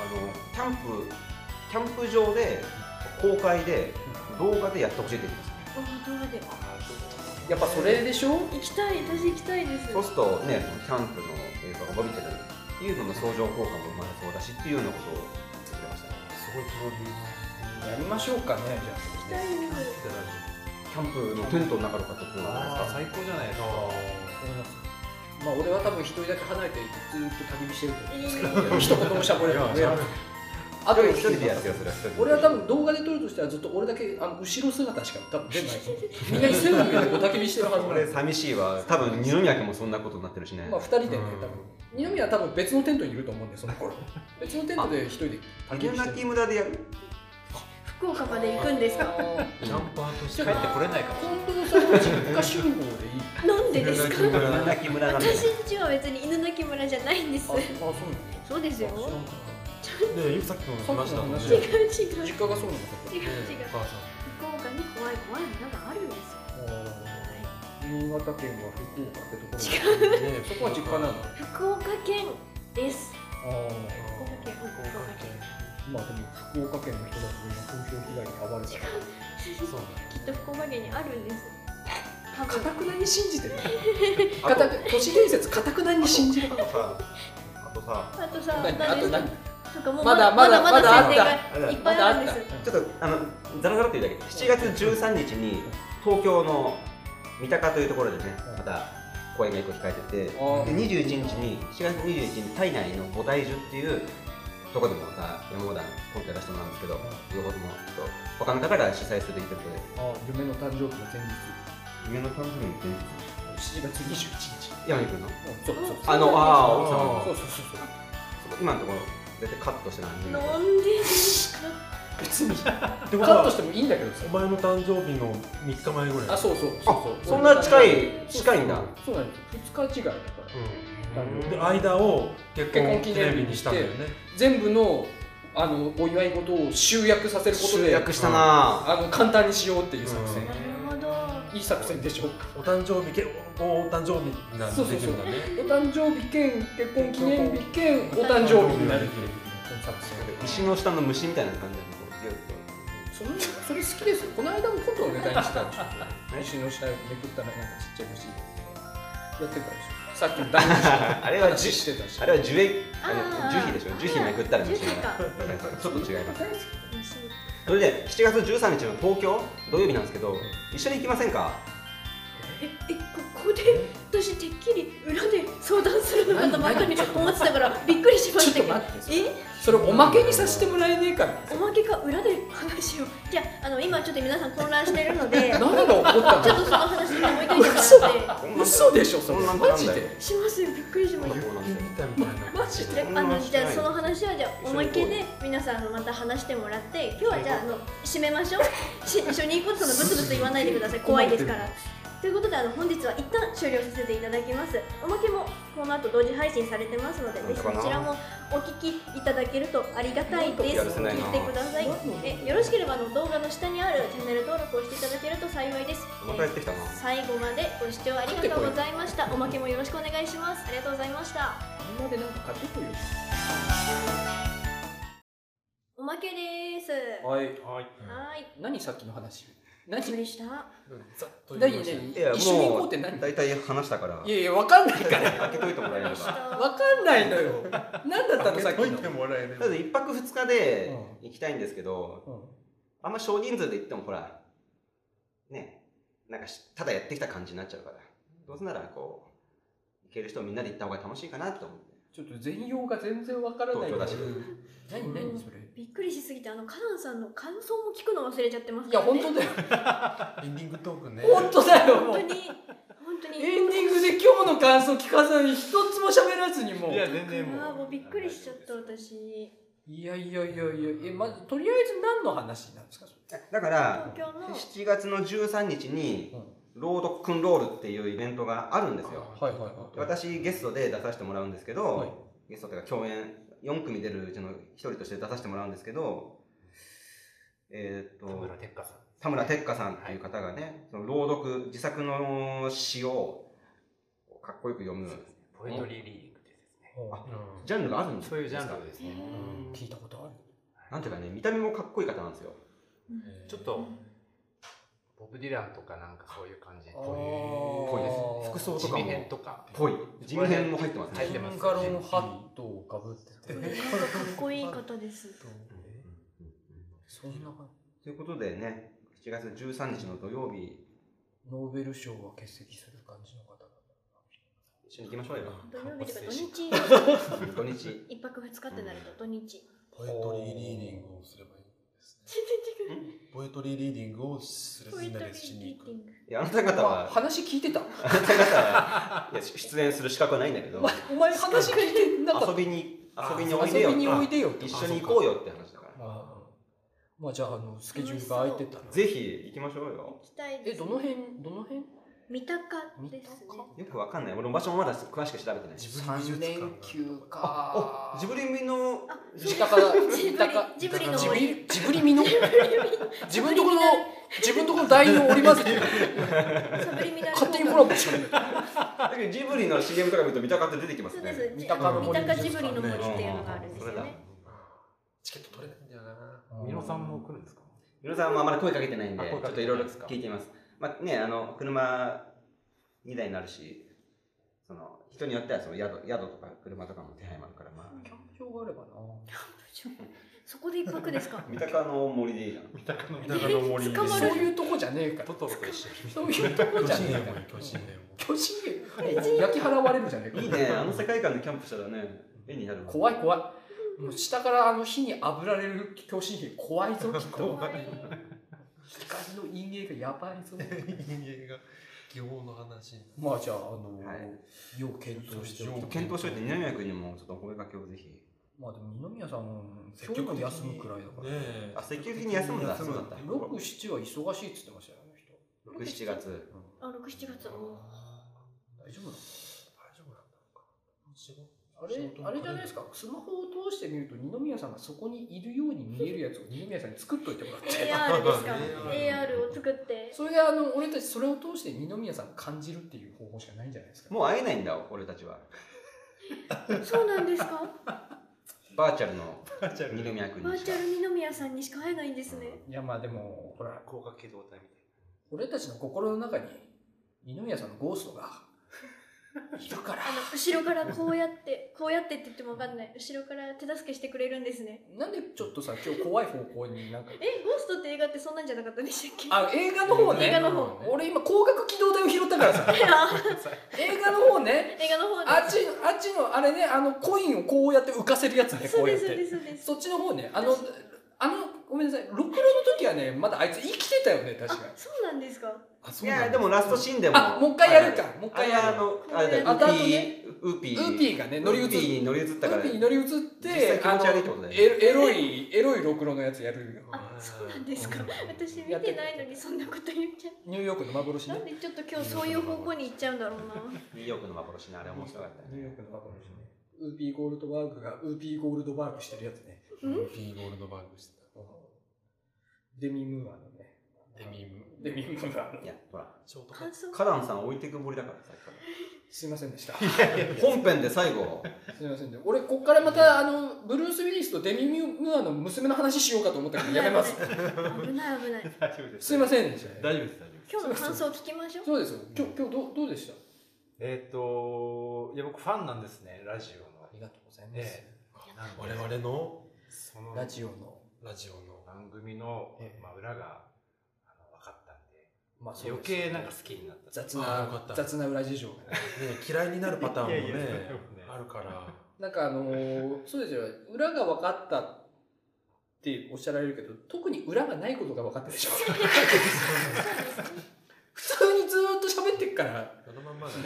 C: あのキャンプキャンプ場で公開で動画でやってほしいって言ってました
A: お動画で
B: やっぱそれでしょ
A: 行きたい私行きたいです
C: そうするとね、キャンプの映像が伸びてるっていうのの相乗効果も生まれそうだしっていうようなことを言ってくれましたね。
D: すごい
B: やりましょうかねじゃ
A: 行きたいです
C: キャンプのテントの中とかってこうなん
L: あ
C: です
L: ー
C: か
L: 最高じゃないですか
B: あまあ俺は多分一人だけ離れてずっと旅してると思
A: え
B: う一 言もしゃべれない
D: いや
B: あと
C: 一人でやるよ、それは一人で
B: 俺は多分動画で撮るとしたらずっと俺だけあの後ろ姿しか多分出ないみんなに背の上でお焚き火してるはずなの
C: 俺寂しいわ。多分二宮家もそんなことになってるしね。
B: まあ、2人でね、
D: うん
B: 多分二宮は多分別のテントにいると思うんで、その頃別のテントで一人で焚き火
C: 竹
B: して
C: 泣
B: る
C: 村でやる
A: 福岡まで行くんですか
L: ジャンパーとして帰ってこれないかもしれな
B: 近
L: い
B: 藤さんの実家 集合でいい
A: なんでですか
C: 村なき村なんで
A: 私んちは別に犬鳴村じゃないんです
B: あ、あそう
A: そうですよ違う
D: で、ゆうさっきの話だもんね。
B: さっき
A: 違
B: の話
A: う違
D: ね
A: う違う
B: 実家がそうなのか
A: 違う
D: お母さん。
A: 福岡に怖い怖い村があるんですよ
B: 新潟県は福岡ってところ
A: 違う
D: ね
B: そこは実家なの
A: 福岡県です
B: あ
A: 福岡県うん福岡県
B: ーまあでも福岡県の人だと今風評被害に遭われたから
D: そうだね。
A: きっと福岡県にあるんです多
B: か
A: 分
B: たくなに信じてる
C: あ
B: かた都市伝説かたくなに信じる
J: あとさあとさ
A: あとさ
B: 何
A: 何ですかな
B: あと
A: んかもう
B: ま
A: まだ
B: だま
A: ま
B: だ
A: だまだ設
B: ま
A: 定
B: だ
A: がいっぱいあるんですよ
C: ちょっとあのザラザラって言うだけで7月13日に東京の三鷹というところでねまた公演が1個控えててで
B: あー
C: 21日に7月21日に体内の菩提樹っていうとこでもまた山本団今回出してもらうんですけど両方ともちょっと他の方が主催するということで
B: あー夢の誕生日の前日
C: 夢の誕生日の前日
B: 7月21日
C: 山井君の
B: そうそうそう
C: あのああ奥様の
B: そうそうそうそう
C: 今のところ絶対カットしてないんで
A: なんでですか
B: 別にカ
D: でも
B: ット
D: さ、
B: してもいいんだけどさ
D: お前の誕生日の3日前ぐらい。
B: あそうそう
C: あ
B: そう
C: そんな近い近いんだ
B: そうなんです2日違いだから
D: うん。で、間を結婚
B: 結婚記
D: 記念
B: 念日
D: 日
B: に
D: に
B: し
D: してたんだよね。
B: 全部のあのお祝い事を集約させること
C: 集
B: で
C: 約したな
B: あの簡単にしようっていう作戦
A: なるほど
B: いい作戦でしょうか
D: お誕生日、結婚お誕生日なん
B: そう
D: て
B: そうそう
D: できるんだね。
B: お誕生日兼結婚記念日兼お誕生日になるっていうこの作
C: 石の下の虫みたいな感じだねこうギュッと
B: 戦それそれ好きですよこの間も今度のネタに したんでしょ
C: え
B: 石の下めくったらなんかちっちゃい虫やってたでしょさっきの大虫の
C: あれは
B: 話してたし
C: あれは樹液、
A: あ
C: あ
A: ー
C: の樹皮でしょ。樹皮めくったら虫
A: 樹皮か
C: ちょっと違います。
B: 大好き
A: 虫
C: それで7月13日の東京土曜日なんですけど、一緒に行きませんか。
A: ええここで私てっきり裏で相談するのかとばっかり思ってたからびっくりしましたけ
B: ちょ
A: ど
B: っと待って
A: え
B: それおまけにさせてもらえねえから
A: おまけか裏で話をじゃああの今ちょっと皆さん混乱してるのでちょっ
B: 何が起こった
A: とその話にもう一回してもらって
B: の嘘でしょそれ
C: こんなん
B: マジ
C: なんだ
B: で
C: よ
A: しますよびっくりしました
C: そうなんですよ
D: みたいみたいな。
B: マジ
A: じゃああのじゃあその話はじゃあおまけ
B: 一緒に
A: で皆さんまた話してもらって今日はじゃああの締めましょ うし一緒に行こうとそのブツブツ言わないでください怖いですからということであの本日は一旦終了させていただきますおまけもこの後同時配信されてますのでぜひそちらもお聞きいただけるとありがたいです
C: やるせないな
A: 聞いてくださいえよろしければあの動画の下にあるチャンネル登録をしていただけると幸いです
C: またやってきたな。
A: 最後までご視聴ありがとうございましたおまけもよろしくお願いしますありがとうございました
B: 今までなんか買ってこいよ
A: おまけです
B: はい
D: はい。
A: はーい
B: 何さっきの話何
A: 無理した
D: ざっと言い
B: 何
D: ましたね
B: 何
C: いや
B: 一緒に行こう
C: も
B: って何
C: う大体話したから
B: い。やいやわかんないから
C: 開けといてもらえれば。だ
B: わかんないのよ何だったのさっ
D: 開け
B: きの
D: といてもらえれば
C: って一泊二日で行きたいんですけど、あんま少人数で行ってもほら、ね、なんかしただやってきた感じになっちゃうから。どうせならこう行ける人みんなで行った方が楽しいかなと思って。
B: ちょっと全容が全然わからない
C: 東京だし
B: 何何それ
A: びっくりしすぎてあのカナンさんの感想も聞くの忘れちゃってます
B: い
A: か
B: や
A: ら、ね、
B: 本当だよ
D: エンディングトークね。
B: 本当だよもう
A: 本
B: エ
A: 当
B: ン
A: に本当に
B: ディングで今日の感想聞かずに一つも喋らずにもう
L: いや、全然
A: あー
L: も
A: も
L: う。
A: うびっくりしちゃった私
B: いやいやいやいやえまずとりあえず何の話なんですかそれ
C: だから
A: 東。京の
C: 7月の13日に朗読くんロールっていうイベントがあるんですよ
B: はいはいはい
C: 私ゲストで出させてもらうんですけど、
B: はい
C: ゲストというか共演4組出るうちの1人として出させてもらうんですけどえーっ
L: 田
C: と
L: 村哲香さん。
C: 田村哲香さんっていう方がね、その朗読自作の詩をかっこよく読む
L: ポエトリーリーディングですね。
D: うん
C: ジャンルがあるんですか
L: そういうジャンルですね。
D: うん
B: 聞いたことある
C: なんていうかね見た目もかっこいい方なんですよ
L: ちょっと、ボブ・ディランとかなんかそういう感じっ
B: あー
L: ぽ
C: ぽ
L: い
C: いです
B: あー
C: 服装と
L: 地
C: か
L: 味
C: も
L: 編とか。
C: ぽい地味編も入ってます
L: 入
C: ね
L: ってます
B: 金ガロンハットをかぶって
A: こ
B: て
A: れなんかかっこいい方です
B: そんな感
C: ということでね、7月13日の土曜日、
B: じノーベル賞は欠席する感じの方が
C: 一緒に行きましょうよ。
A: 土曜日とか土日
C: 土日。
A: 一泊二日ってなると土日
D: ポエトリーリーディングをすればいいんですね。ポエトリーリーディングをする
A: ポエ
D: みん
A: ト
D: な
A: リー
D: でしに
A: リーデ
D: 行く
A: ィ。ング
C: いや、あなた
B: ま
C: 方
B: あ
C: は、
B: 話聞いてた
C: あなた方は、いや、出演する資格はないんだけど、
B: お前話聞いてなかっ
C: 遊びに、遊びに
B: た
C: おいでよ
B: 遊びにおい
C: と。
B: でよって
C: 一緒に行こうよって話だから。
B: あまあじゃああのスケジュールが空いてたら
C: ぜひ行きましょうよ
A: 行きたいで
B: え
A: す
B: どの辺どの辺
A: 三鷹ですね
C: よくわかんない俺も場所もまだ詳しく調べてない
D: 自分美術館
B: 連休
C: あ
B: か
C: おジブリ組の
A: あそう
B: 三鷹だ
A: ジブリ
B: 三鷹
A: ジブリの
B: ジブ
A: 森
B: リジブリ見の自分とこの自分とこの代表織り交ぜて
A: サブリミナル
B: 勝手にコラボしてる
C: だけどジブリの CM とか見ると三鷹って出てきま
A: そ
C: す
A: うで
C: ね
A: す
B: 三
A: 三
B: 鷹の
A: 鷹
B: 森
A: ジブリの森っていうのがあるんですよ
C: うんそれだ
A: ね
D: チケット取れないんだよな。
L: ミノさんも来るんですか
C: 皆さんはまだ声かけてないんで
L: あ
C: ち
L: 声
C: ょ
L: か
C: っと
L: けて
C: い
L: な
C: ろ
L: い
C: いろ
L: ですか
C: 聞いてみますまあねあの車2台になるしその人によってはその宿宿とか車とかも手配もあるからまあ
B: キャンプ場があればな
A: そこで一泊ですか
C: 三鷹の森でいいじゃん
L: 三鷹の森
A: 捕ま
B: そう
A: る
B: いうとこじゃねえか
L: ト
B: ら
L: トロと一緒に
B: そういうとこ
D: 巨
B: じゃ
D: 人
B: ねえ
D: 伝
B: か
D: も いい、
B: ら
D: 巨人伝も。
B: 巨人焼き払われるじゃねえか
C: いいね、あの世界観でキャンプしたらね、絵になるわ。
B: 怖い怖いもう下からあの火に炙られる巨神兵怖いぞきっと
A: 怖い
B: 光の陰影がやばいぞ
D: 人間が疑問の話。
B: まあじゃあ、あの、
C: はい
B: 要検討しておいて
C: 検討しといて、二宮君にもちょっとお声掛けをぜひ。
B: まあでも二宮さん、今日も休むくらいだから、
D: ねえ
C: あ積極的に休むんだ
D: 積極的に休
C: そう
B: 6、7
C: だっ
B: は忙しいっつってましたよ、あの人。
C: 6、7月。
A: あ 六七月
D: あ
B: 大丈夫なの
D: ー大丈夫なんだろうか。仕事
B: あれ、あれじゃないですか、スマホを通して見ると二宮さんがそこにいるように見えるやつを二宮さんに作っといてもらって。
A: AR ですか
D: AR
A: AR を作 って
B: それであの、俺たちそれを通して二宮さんを感じるっていう方法しかないんじゃないですか。
C: もう会えないんだ、俺たちは。
A: そうなんです か
C: バーチャルの
D: バーチャル
C: 二宮君
A: バ
C: に
A: ー
C: し
A: チ
C: た
A: ャ。ル二宮さんにしか会えないんですね
B: いやまあでも、ほら、
L: 高架機動隊みたい
B: 俺たちの心の中に二宮さんのゴーストがいる から。
A: あの後ろからこうやってこうやってって言っても分かんない後ろから手助けしてくれるんですね
B: なんでちょっとさ、今日怖い方向になんか。
A: えゴーストって映画ってそんなんじゃなかったでしたっけ
B: あ、映画の方ね。
A: 映画の方
B: 俺今、光学機動隊を拾ったか らさ。映画の方ね。
A: 映画の方で
B: あっち、あっちの、あれね、あの、コインをこうやって浮かせるやつね、
A: そ
B: こ
A: う
B: うや
A: で
B: っ
A: すそう
B: て。
A: ですそうです
B: そっちの方ね。あの、あの、ごめんなさい。ろくろの時はね、まだあいつ生きてたよね、
A: あ
B: 確かに。
A: そうなんですか
B: あ、そ
C: いや、でもラストシーンでも。
B: あ、もう一回やるか。もう一
C: あ
B: 回
C: れ
B: や
C: はあ
B: る。
C: の、あれだよ、
A: あ
C: ウ
B: とあと
C: ーピ
B: ね
C: ー、ウーピ
B: ウ
C: ー。
B: ーピーがね、乗り移
C: ウーピー
B: っ
C: に乗り移っ
B: た。
C: た
B: ウ
C: から。
B: ーピーに乗り移って、
C: 実際気持ち悪いってことだよね
B: あのエロエロい、エロいろくろのやつやるよ。
A: あそうなんですか
D: うん
A: 私見てないのにそんなこと言っちゃ
B: ニューヨークの幻
A: うな
B: ね
A: ん。でちょっと今日そういう方向に行っちゃうんだろうな
C: ニューヨークの幻のあれ面白かった
B: ニューヨ
C: ね
B: ー。クのバカの人ね。ウーピーゴールドバーグがウーピーゴールドバーグしてるやつね。
A: うん
D: ピーゴールドバーグして
B: デミムーアのね。
D: た。デミム。
B: デミムーアの
C: い。や、ほら、
D: ショートカッ
A: 感想
C: カランさん置いてくぼりだから、さっきか
B: すいませんでした。
C: ら。本編で最後。
B: すいませんで。俺、こっからまた、あの、ブルース・ウィリスとデミムーアの娘の話しようかと思ったけど、やめます。
A: 危ない危ない
L: な。大丈夫です
B: すいませんでした。
L: 大丈夫です、大丈夫です。
A: 今日の感想聞きましょう
B: そうですよ。今日、今日どう、どうでした
L: えっと、いや、僕ファンなんですね、ラジオの。
B: ありがとうござい
L: ます
D: 我々の
L: その
B: ラジオの、
D: ラジオの。
L: 番組の
B: ええ
L: まあ裏があの分かったんで、
B: まあ
L: 余計なんか好きになった。
B: 雑
D: あよか
B: な
D: っ、た
B: 雑な裏事情がね。
D: ね嫌いになるパターンも
L: いやいや
D: ね
L: そうね
D: あるから
B: なんかあのーそうですよ。裏が分かったっておっしゃられるけど、特に裏がないことが分かったでしょ。普通にずーっと喋ってっから。
D: そのまんまだね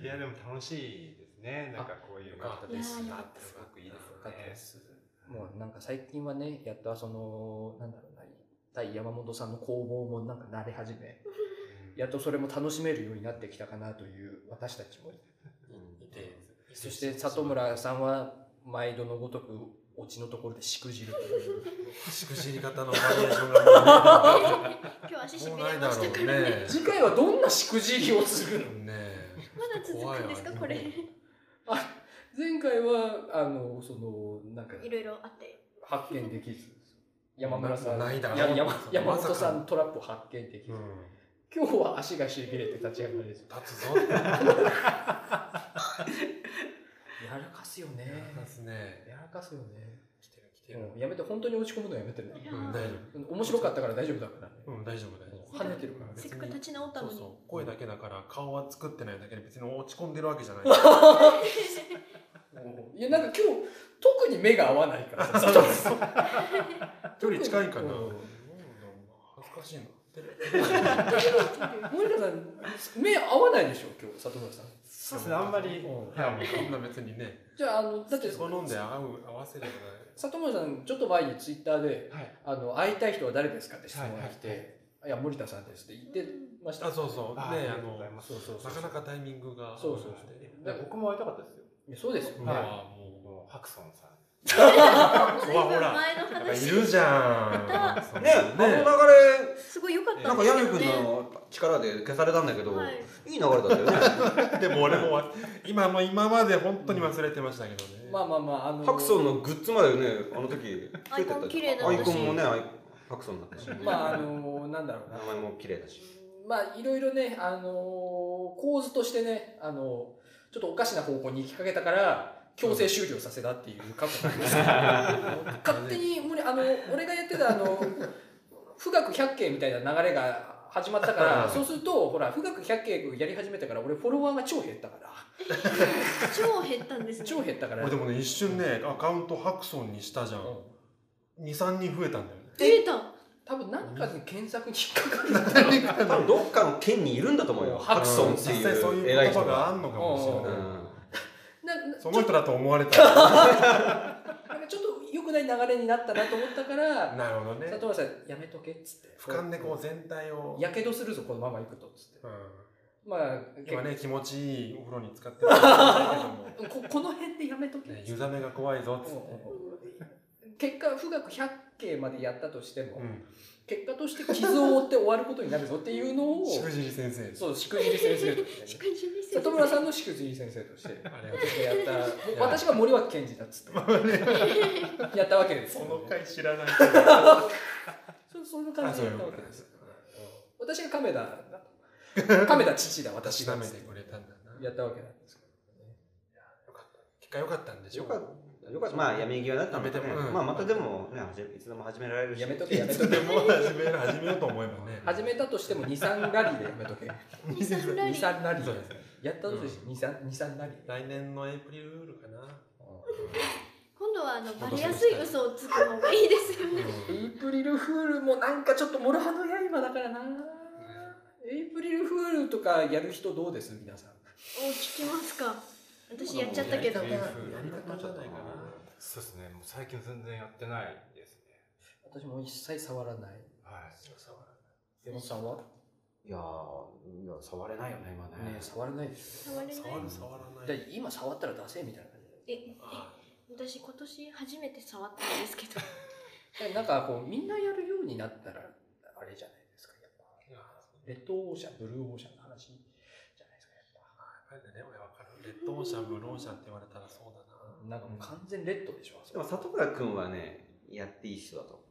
L: いや、でも楽しいですね。なんかこういうのがあって
A: いや
L: あってすごくいいですよね。
B: す。もうなんか最近はね、やっとその、なんだろうな、対山本さんの攻防もなんか慣れ始め、やっとそれも楽しめるようになってきたかなという私たちも。
D: いて
B: そして里村さんは毎度のごとく、オチのところでしくじると いう。
D: しくじり方のバリエーションがもうね
A: 今日足しび
D: もうな
A: れ
D: いだ
A: ま
D: ろ
A: し
D: う
A: たからね
D: ね
B: 次回はどんなしくじりをす るの
D: ねえ
A: まだ続くんですかこれ
B: 前回は、あの、その、なんか、
A: いろいろあって
B: 発見できず。山村さん、
D: ないだろう
B: や山山本
D: まさ
B: さ
D: か
B: んトラップを発見できず。
D: うん
B: 今日は足がしびれて立ち上がれず。
D: 立つぞ
B: やらかすよね。
D: 立つね
B: やらかすよね。
D: 来てる来てる
B: うんやめて、本当に落ち込むのやめてね。
D: うん大丈
B: 面白かったから大丈夫だからね。
D: 夫うん大丈夫大丈夫
B: 跳ねてるから
A: せ
B: ね。
A: っかく立ち直った
D: そ
A: の
D: う
A: に
D: そう声だけだから顔は作ってないだけで別に落ち込んでるわけじゃない
B: いや、なんか今日、特に目が合わないからさ。
D: 距離近いかな
B: うん
D: 恥ずかしいなってる
B: 森田さん目合わないでしょ今日里村さん
L: そうですね、あんまり。
D: うんいや
L: は
D: もうそんな別にね
B: じゃああのだって
D: 好んで合う合わせるじ
B: 里村さんちょっと前にツイッターで
L: い。はい。
B: あの会いたい人は誰ですかって質問が来て、いや森田さんですって言ってまし
D: ゃな
B: た
D: いあそうそう
L: あ
D: ねあ
L: ありがとう
D: の
L: ございます
B: そうそうそ
D: な
B: う
D: かなかタイミングが
B: そうそうそう
D: で
L: で僕も会いたかったですよ。
B: いやそうですよ
D: 今は も
L: ハクソンさん。
D: う
A: ずい
D: ほら
A: ぶん
D: ほ
A: 前の
D: らなんかい
A: 話
D: るじゃん
C: ねあの 流
D: ね
C: れ
A: すごい良かった
C: なん
A: ん
C: か
A: です
C: 矢
A: け
C: 部
A: どね
C: 君の力で消されたんだけど、、
A: はいい
C: い流れだったよね
D: でも俺も わ今も今まで本当に忘れてましたけどね
B: まあまあまああの
C: ハクソンのグッズまでねあの時
A: アイコン綺麗だったし
C: アイコンもねアイハクソンだったし
B: まああのなんだろうな
C: 名前も綺麗だし
B: まあいろいろね、あのー構図としてね、あのーちょっとおかしな方向に行きかけたから、強制終了させたっていう過去があります 勝手に無理、あの、俺がやってた、あの、富岳百景みたいな流れが始まった から、そうすると、ほら、富岳百景やり始めたから、俺フォロワーが超減ったから、
A: 超減ったんですね
B: 超減ったから、
D: 俺でもね一瞬ねアカウントハクソンにしたじゃん
B: うん
D: 23人増えたんだよね
A: 増えた
B: 多分何かで検索に引っかかるんだよね。
C: 多分どっかの県にいるんだと思うよハクソンって
D: 実際そう
C: い
D: いうう
C: 偉い
D: 言
C: 人
D: 葉
C: が
D: があんのかもしれな
C: う
D: い
C: ん
B: なな
D: その人だと思われた
B: なんかちょっと良くない流れになったなと思ったから、
D: なるほどね
B: 佐藤さん、やめとけっつって。
D: 俯瞰でこう全体を、
B: やけどするぞ、このまま行くとっつって。
D: う
B: まあ、
D: ん、今
B: ね、
D: ね気持ちいいお風呂に使ってるけど
B: ここの辺でやめとけ
D: も、ね、湯冷めが怖いぞっつって、
B: 結果、富岳100景までやったとしても、
D: うん、
B: 結果として傷を負って終わることになるぞっていうのを、
D: しくじり先生
B: そう、しくじり先生として、ね。里村さんのしくじり先生として、や
D: あれ
B: った、私が森脇健児だっつ って、やったわけですよ、
D: 回知らないけど
B: そその感じでやったわけ
D: あ
B: です
D: そう
B: よ。私が亀田だ と。亀田父だ、私
D: 私
B: だ
D: 舐
B: っ
D: め
B: つって
D: てくれたんだな
B: やったわけなんですけど。
D: 結果良かったんでしょ
C: よかったよかったまあ闇際だったんだけどね
D: やめてもうん
C: まあまたでもね始めいつでも始められるし
B: やめとけ、
D: い
B: やめと
D: つ
B: け
D: で。も始める始めようと思えばね
B: 始めたとしても23ラリーでやめとけ
A: 23ラリー
B: 23ラリ
D: そう
B: ー
D: ですね
B: やったとして23ラリー
D: 来年のエイプリルフールかな、
A: 今度はあのバレやすい嘘をつくのがいいですよね
D: うん
B: エイプリルフールもなんかちょっとモルハの刃だからなエイプリルフールとかやる人どうです皆さん
A: お聞きますか私やっちゃったけど
D: エイプリルフールやり
C: 方
D: 方
C: じ
D: じ
C: ゃ
D: ゃ
C: な
D: ないい
C: か
D: か
C: な
D: な
L: そうですね、もう最近全然やってないですね。
B: 私も一切触らない
L: はい。
B: 山本さんはい
C: やーいや触れないよね今
B: ねえ触らないでし
A: 触れない
D: 触る触ら
B: ょ
D: ない
B: で今触ったらダセえみたいな感
A: ええ私今年初めて触ったんですけど
B: じでなんかこうみんなやるようになったらあれじゃないですかやっぱレッドオーシャンブルーオーシャンの話じゃないですかやっぱ
D: なんでね、俺わかる。レッドオーシャン、ブルーオーシャンって言われたらそうだな。
B: なんかもう完全レッドでしょあそ
C: で
B: こ
C: も里村君はねやっていい人だと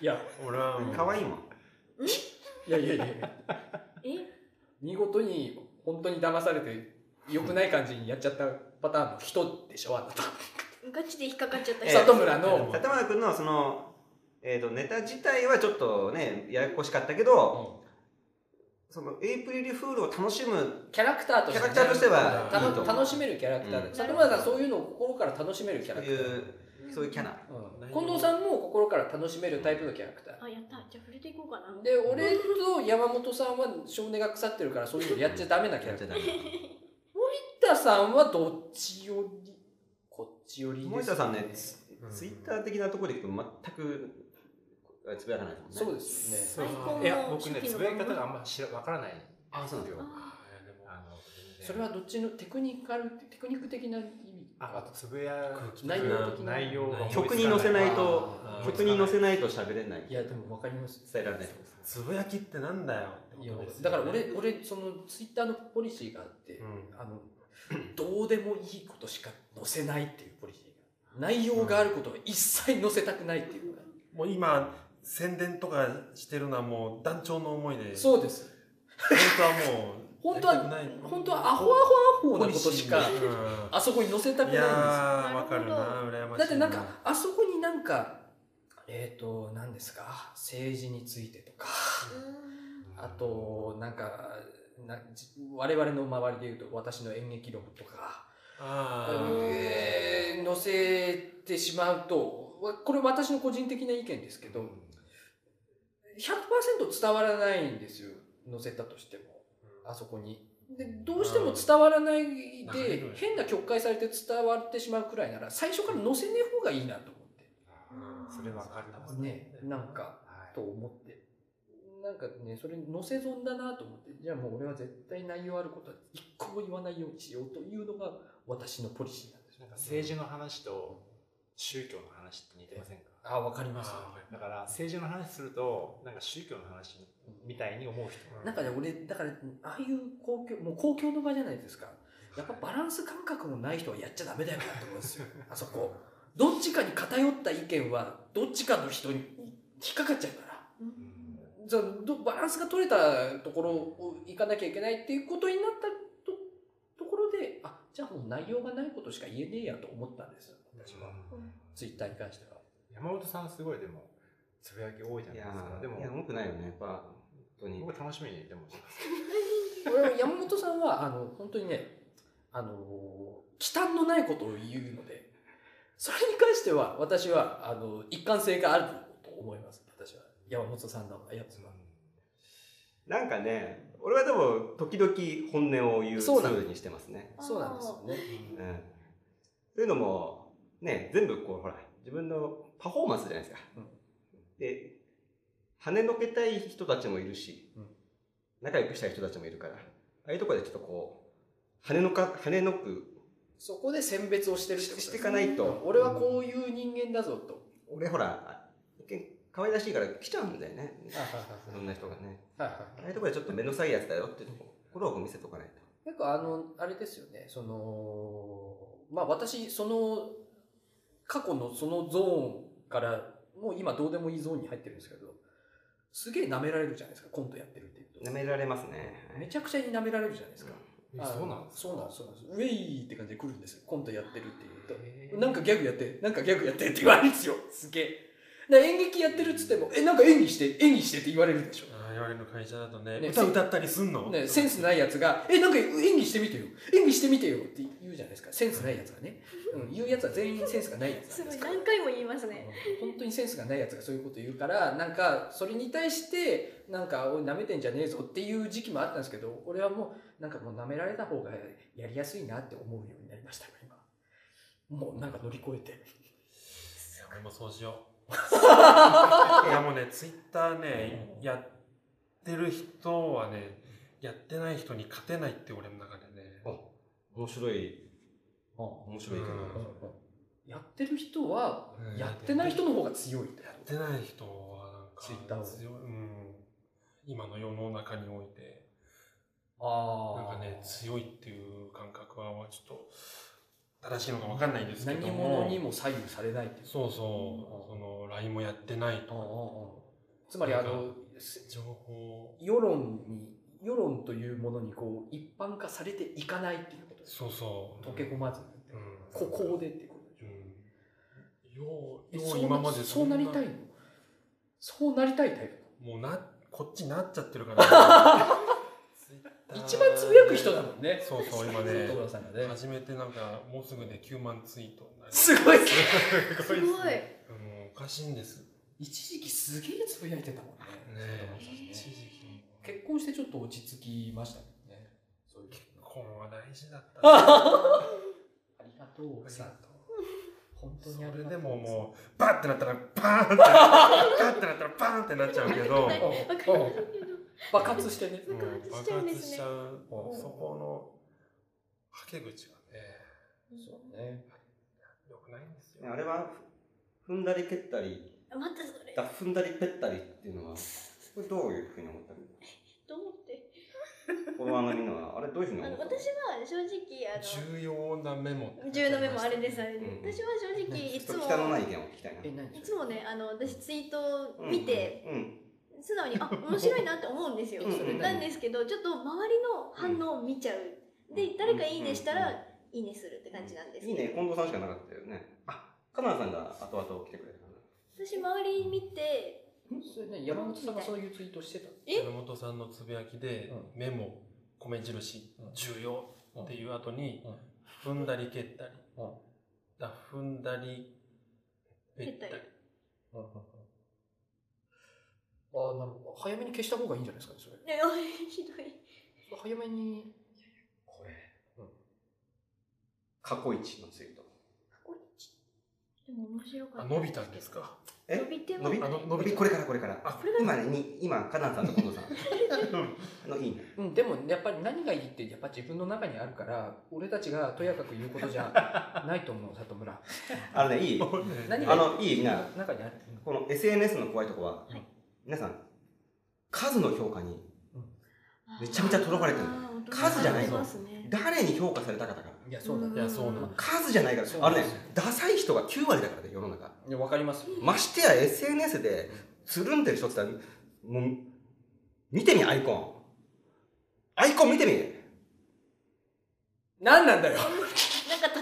B: いや
D: 俺はもう、
C: 可愛いもん
B: いやいやいやいや
A: え
B: 見事に本当に騙されて良くない感じにやっちゃったパターンの人でしょあなた、
A: ガチで引っかかっちゃった
C: ええ
B: 里村の、
C: 里村君のその、えー、とネタ自体はちょっとねややこしかったけど、そのエイプリルフールを楽しむ
B: キャラクターとして
C: キャラクターとしては
B: たの
C: いいと思う
B: 楽しめるキャラクターで、
C: うん
B: 里村さんそういうのを心から楽しめるキャ
C: と
B: ラクタ
C: い
B: ー、
C: うそういうキャラ
B: うん近藤さんも心から楽しめるタイプのキャラクター
A: あやったじゃあ触れていこうかな
B: で俺と山本さんは少年が腐ってるからそういうのやっちゃダメなキャラクター 森田さんはどっちよりこっちよりですね
C: 森田さんねツツイッター的なところでいくと全くあつぶやかないです
B: そ
C: もん
B: う
C: ね
B: ですよね
A: アイコン
L: いや、
A: も
L: 僕ね、つぶやき方があんま知ら、わからないんですよ。
C: あそうなんで
A: あ
L: あの、
B: それはどっちのテクニカルテクニック的な意味
L: あ、あとつぶやく
B: 内容的な
L: 内容が思いつか
C: 曲に載せないと
D: あー
C: 曲に載せないと喋れない
B: いやでも分かります
C: 伝えられない
D: つぶやきってなんだよって
B: い
D: こ
B: や
D: とですよね
B: だから俺、俺そのツイッターのポリシーがあって、
D: うん
B: あのどうでもいいことしか載せないっていうポリシーが内容があることは一切載せたくないっていうか、
D: もう今、宣伝とかしてるのはもう団長の思いで、
B: そうです
D: 本当はもう、
B: 本当
D: や
B: は
D: りたくない
B: 本当はアホアホアホなことしか
D: う
B: あそこに載せた
D: ん
B: くないん
D: い
B: で
D: や
B: すよ
D: ー、わかるな、羨ましい。
B: だってなんか、あそこになんかえっ、ー、と何ですか政治についてとかあとなんかなじ我々の周りでいうと私の演劇論とか
D: あー
B: えー載せてしまうとわこれ私の個人的な意見ですけど100%伝わらないんですよ載せたとしてもあそこにでどうしても伝わらないで変な曲解されて伝わってしまうくらいなら最初から載せねえ方がいいなと思っ
L: それわかるな
B: てねなんかと思ってなんかねそれ載せ損だなと思ってじゃあもう俺は絶対内容あることは一個も言わないようにしようというのが私のポリシーなんです
L: なんか政治の話と宗教の話って似てませんか
B: あわかります
L: だから政治の話するとなんか宗教の話みたいに思う人も
B: なんかね、俺、だから、ああいう公共、もう公共の場じゃないですか。やっぱバランス感覚のない人はやっちゃダメだよなと思うん ですよ。あそこ。どっちかに偏った意見は、どっちかの人に引っかかっちゃうから。じゃあどバランスが取れたところを行かなきゃいけないっていうことになったとところで、あ、じゃあもう内容がないことしか言えねえやと思ったんです。私は。ツイッターに関しては。
L: 山本さんすごいでもつぶやき多いじ
I: い
L: ゃないで
I: や
L: すか
I: ー
L: でも
I: いや重くないよねやっぱ本当に
L: 僕楽しみにでもしてます
B: 俺は山本さんは、あの、本当にね、あのー忌憚のないことを言うので、それに関しては、私は、あの、一貫性があると思います。私は。山本さんのやつは。
I: なんかね俺はでも時々本音を言うツ
B: そうなの
I: ールにしてますね
B: そうなんですよね。
I: うんというのも、ね、全部こう、ほら、自分のパフォーマンスじゃないですか。
B: うん
I: で、跳ねのけたい人たちもいるし、
B: うん
I: 仲良くしたい人たちもいるから、ああいうところでちょっとこう、跳ねのか、跳ねのく
B: そこで選別をしてるってことです
I: していかないと
B: 俺はこういう人間だぞと。
I: 俺ほら、一見可愛らしいから来ちゃうんだよね。
B: はい
I: ろんな人がね。
B: はいはい。
I: ああいうところでちょっと目のさいやつだよっていうところを見せとかないと。
B: 結構あの、あれですよね、その、まあ私、その、過去のそのゾーンから、もう今どうでもいいゾーンに入ってるんですけど、すげえ舐められるじゃないですか、コントやってるっていうと
I: 舐。められますね。
B: めちゃくちゃに舐められるじゃないですか。あの
L: そうなんです
B: そうなんです、そうなんです。ウェイって感じで来るんですよ、コントやってるっていうと。なんかギャグやって、なんかギャグやってって言われるんですよ、すげえ。だから演劇やってるっつっても、え、なんか演技して、演技してって言われるでしょ。
D: ああ、我々の会社だとね、
B: ね
D: 歌歌ったりすんの、
B: ね、センスないやつが、え、なんか演技してみてよ。演技してみてよって言うじゃないですか。センスないやつがね。うん、言うやつは全員センスがないやつ
A: す
B: なん
A: ご
B: で
A: い
B: すか
A: 何回も言いますね。
B: うん本当にセンスがないやつがそういうこと言うから、なんか、それに対して、なんか、おい、舐めてんじゃねえぞっていう時期もあったんですけど、俺はもう、なんかもう舐められた方がやりやすいなって思うようになりました、今。もうなんか乗り越え
D: い
B: て。
D: や俺もそうしよ ういやもうねツイッターねやってる人はねやってない人に勝てないって俺の中でね
I: 面白い、面白いかな。
B: やってる人は、
D: うん
B: やってない人の方が強い。
D: やってない人はなんか
B: Twitter を
D: 強いうん、今の世の中において
B: あ
D: なんかね強いっていう感覚はちょっと正しいのかわかんないんですけど
B: 何
D: も
B: 者にも左右されないっていう。
D: そうそうその LINE もやってない
B: うんうん
D: と
B: うんつまりあの
D: か情報
B: 世論に世論というものにこう一般化されていかないっていうことです
D: そうそう
B: 溶け込まず
D: うん
B: ここでっていうことでし
D: う
B: ょ
D: ん、よう
B: え
D: よ
B: そうう
D: 今まで
B: そうなりたいのそうなりたいタイプ
D: もうなこっちなっちゃってるから
B: 一番つぶやく人だもんね
D: そうそう今
B: そう
D: ね
B: 戸村さんがね
D: 初めてなんかもうすぐで9万ツイートになり
B: すごい
A: すごい。
D: もうおかしいんですね
B: 一時期すげえつぶやいてたもんね戸村さんね
D: 一時期
B: 結婚してちょっと落ち着きましたもんねそういう
D: 結婚は大事だった
B: ありがとう奥さん本当
D: そ
B: にあり
D: れ
B: が
D: で
B: とう
D: ももうバーってなったらバーンってバーってなったらバーンってなっちゃうけ ど
A: わかるけど。
B: 爆発してね
D: もう
A: 爆発し
D: 爆
A: ちゃうんで
D: 発
A: す
D: し
A: ね
D: ちゃう
B: うん
D: そこのはけ口がね
B: そうね
D: 良くないんですよ
I: あれは、踏んだり蹴ったり、
A: またそれ。
I: だ踏んだりぺったりっていうのは、これどういうふうに思ったの
A: と思って。
I: フォロワーのみんなは、あれどういうふうに
A: あ
I: 思っ
A: の
I: たの
A: 私は正直あの
D: 重要なメモ
A: 十の目もあれですあれで
I: うん
A: す。私は正直い
I: ち
A: つ
I: ょっ
A: も
I: と汚のない意見を聞きたいな。
B: え何それ
A: いつもねあの私ツイートを見て
I: うん、うん。
A: 素直にあ面白いなって思うんですよ。
I: うんうん
A: なんですけどちょっと周りの反応を見ちゃう。で誰かいいねしたらいいねするって感じなんです。
I: いいね、近藤さんしかなかったよね。あ、カナダさんが後々来てくれたか
A: 私周り見て
B: それね山本さんがそういうツイートしてた
A: え
D: 山本さんのつぶやきで、
B: う
D: メモ米印、
B: うん
D: 重要っていう後に、踏んだり蹴ったり、
B: うん
D: だ踏んだり蹴ったり
A: 蹴ったり
B: うんうんうんああ、なるほど。早めに消した方がいいんじゃないですかね、それ。
A: ねおい ひどい。
B: 早めに。
C: これ、過去一のツイート。
A: でも面白か
D: あ
A: った。
D: 伸びたんですか。
C: え
A: 伸びて
C: 伸
A: も
C: び
A: ない。
C: 伸びこれからこれから。
D: あ
A: これ
C: 今ね、に今、カナンさんと近藤さん。 あの、いいね。
B: うん、でもやっぱり何がいいってやっぱ自分の中にあるから俺たちがとやかく言うことじゃないと思う里 村
C: あのね、 いい。
B: 何
C: あ
B: がいい
C: の、いいな。
B: 中にある
C: この SNS の怖いとこは、
B: はい
C: 皆さん、数の評価に、めちゃめちゃとらわれてる
A: あー
C: 数じゃない
A: 驚かれますね
C: 誰に評価されたかだから。
B: いやそうだ
A: ん
B: ね
D: いやそうなの
C: 数じゃないから
B: そう。な
C: あ
B: ん
C: の
B: で
C: ね
B: すよ、
C: ダサい人が9割だからね、世の中。
B: いやわかります
C: ましてや SNS で、つるんでる人って言ったら、もう、見てみ、アイコン。アイコン見てみ
B: 何なんだよ
A: なん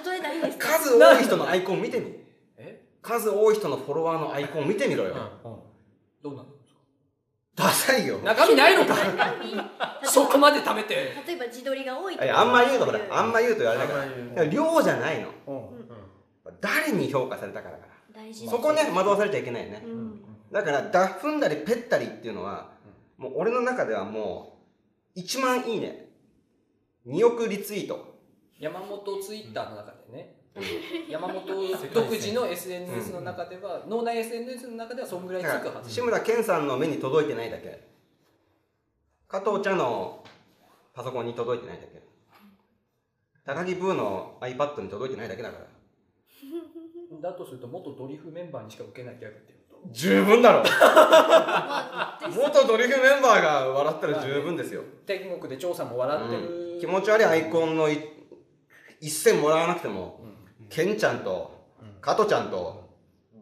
A: か例えないんですか。
C: 数多い人のアイコン見てみ
B: え
C: 数多い人のフォロワーのアイコン見てみろよ。
B: うんどうなの
C: ダサいよ。
B: 中身ないの かそこ
A: 例
B: まで貯めて
A: えば例えば自撮りが多い
C: いやあんま言うとほら、あ
A: 大
C: んま言うとあれだから。だから量じゃないの。
B: うん
C: 誰に評価されたからだか
A: 事
C: ら。
A: な
C: そこね、惑わされちゃいけないよね
A: う。ん。
C: だから、だ踏んだり、ぺったりっていうのは、もう俺の中ではもう、1万いいね。2億リツイート。
B: 山本ツイッターの中でね
C: うん
B: 山本独自の SNS の中では脳内 SNS の中ではそんぐらいつ
C: だ
B: く
C: から
B: はず
C: 志村けんさんの目に届いてないだけ加藤茶のパソコンに届いてないだけ高木ブーの iPad に届いてないだけだから
B: だとすると元ドリフメンバーにしか受けないギャグっていうこと
C: 十分だろ
A: まあです
C: 元ドリフメンバーが笑ったら十分ですよ、
B: 天国で調査も笑って
C: う
B: る
C: ん気持ち悪いアイコンのい一銭もらわなくても、けんちゃんと加藤ちゃんと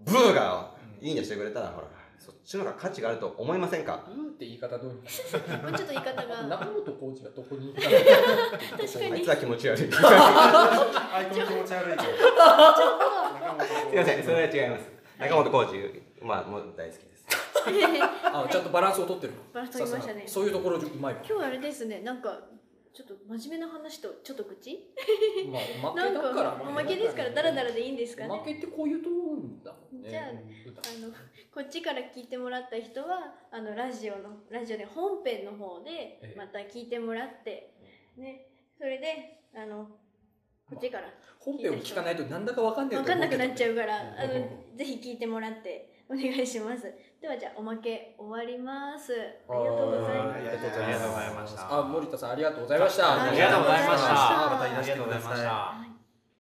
C: ブーがいいねしてくれたらほらそっちの方が価値があると思いませんか
B: ブーって言い方どうにか
A: もうちょっと言い方が
B: 中本コーチがどこに行った
A: 確か
C: あい
A: に
C: つ
A: ちょっ
C: は気持ち悪いすい
D: アイコン気持ち悪いけど。
C: ませんそれは違います中本浩二まあもう大好きです
A: と今
B: のあちゃんとバランスを取ってる
A: バラン ス取りましたね
B: さすがそういうところうまいわ
A: 日あれですねなんかちょっと真面目な話とちょっと口
B: まあ負
A: な
B: け
A: ん
B: だ
A: か
B: から
A: おまけですからダラダラでいいんですかね
B: 負けってこういうと思うんだもんね
A: じゃああのこっちから聞いてもらった人はあのラジオのラジオで本編の方で
B: ええ
A: また聞いてもらって、ね、それであのこっちから
B: 本編を聞かないとなんだかわかんない
A: 分かんなくなっちゃ
B: う
A: うからあの
B: うん
A: ぜひ聞いてもらってお願いしますではじゃあおまけ終わりますあ
B: は
A: り
B: い
A: がとうござい
D: あり
A: ま
D: がとうございました
B: あ森田さんありがとうございました
A: ありがとうございました
L: ありがとうございました。
A: す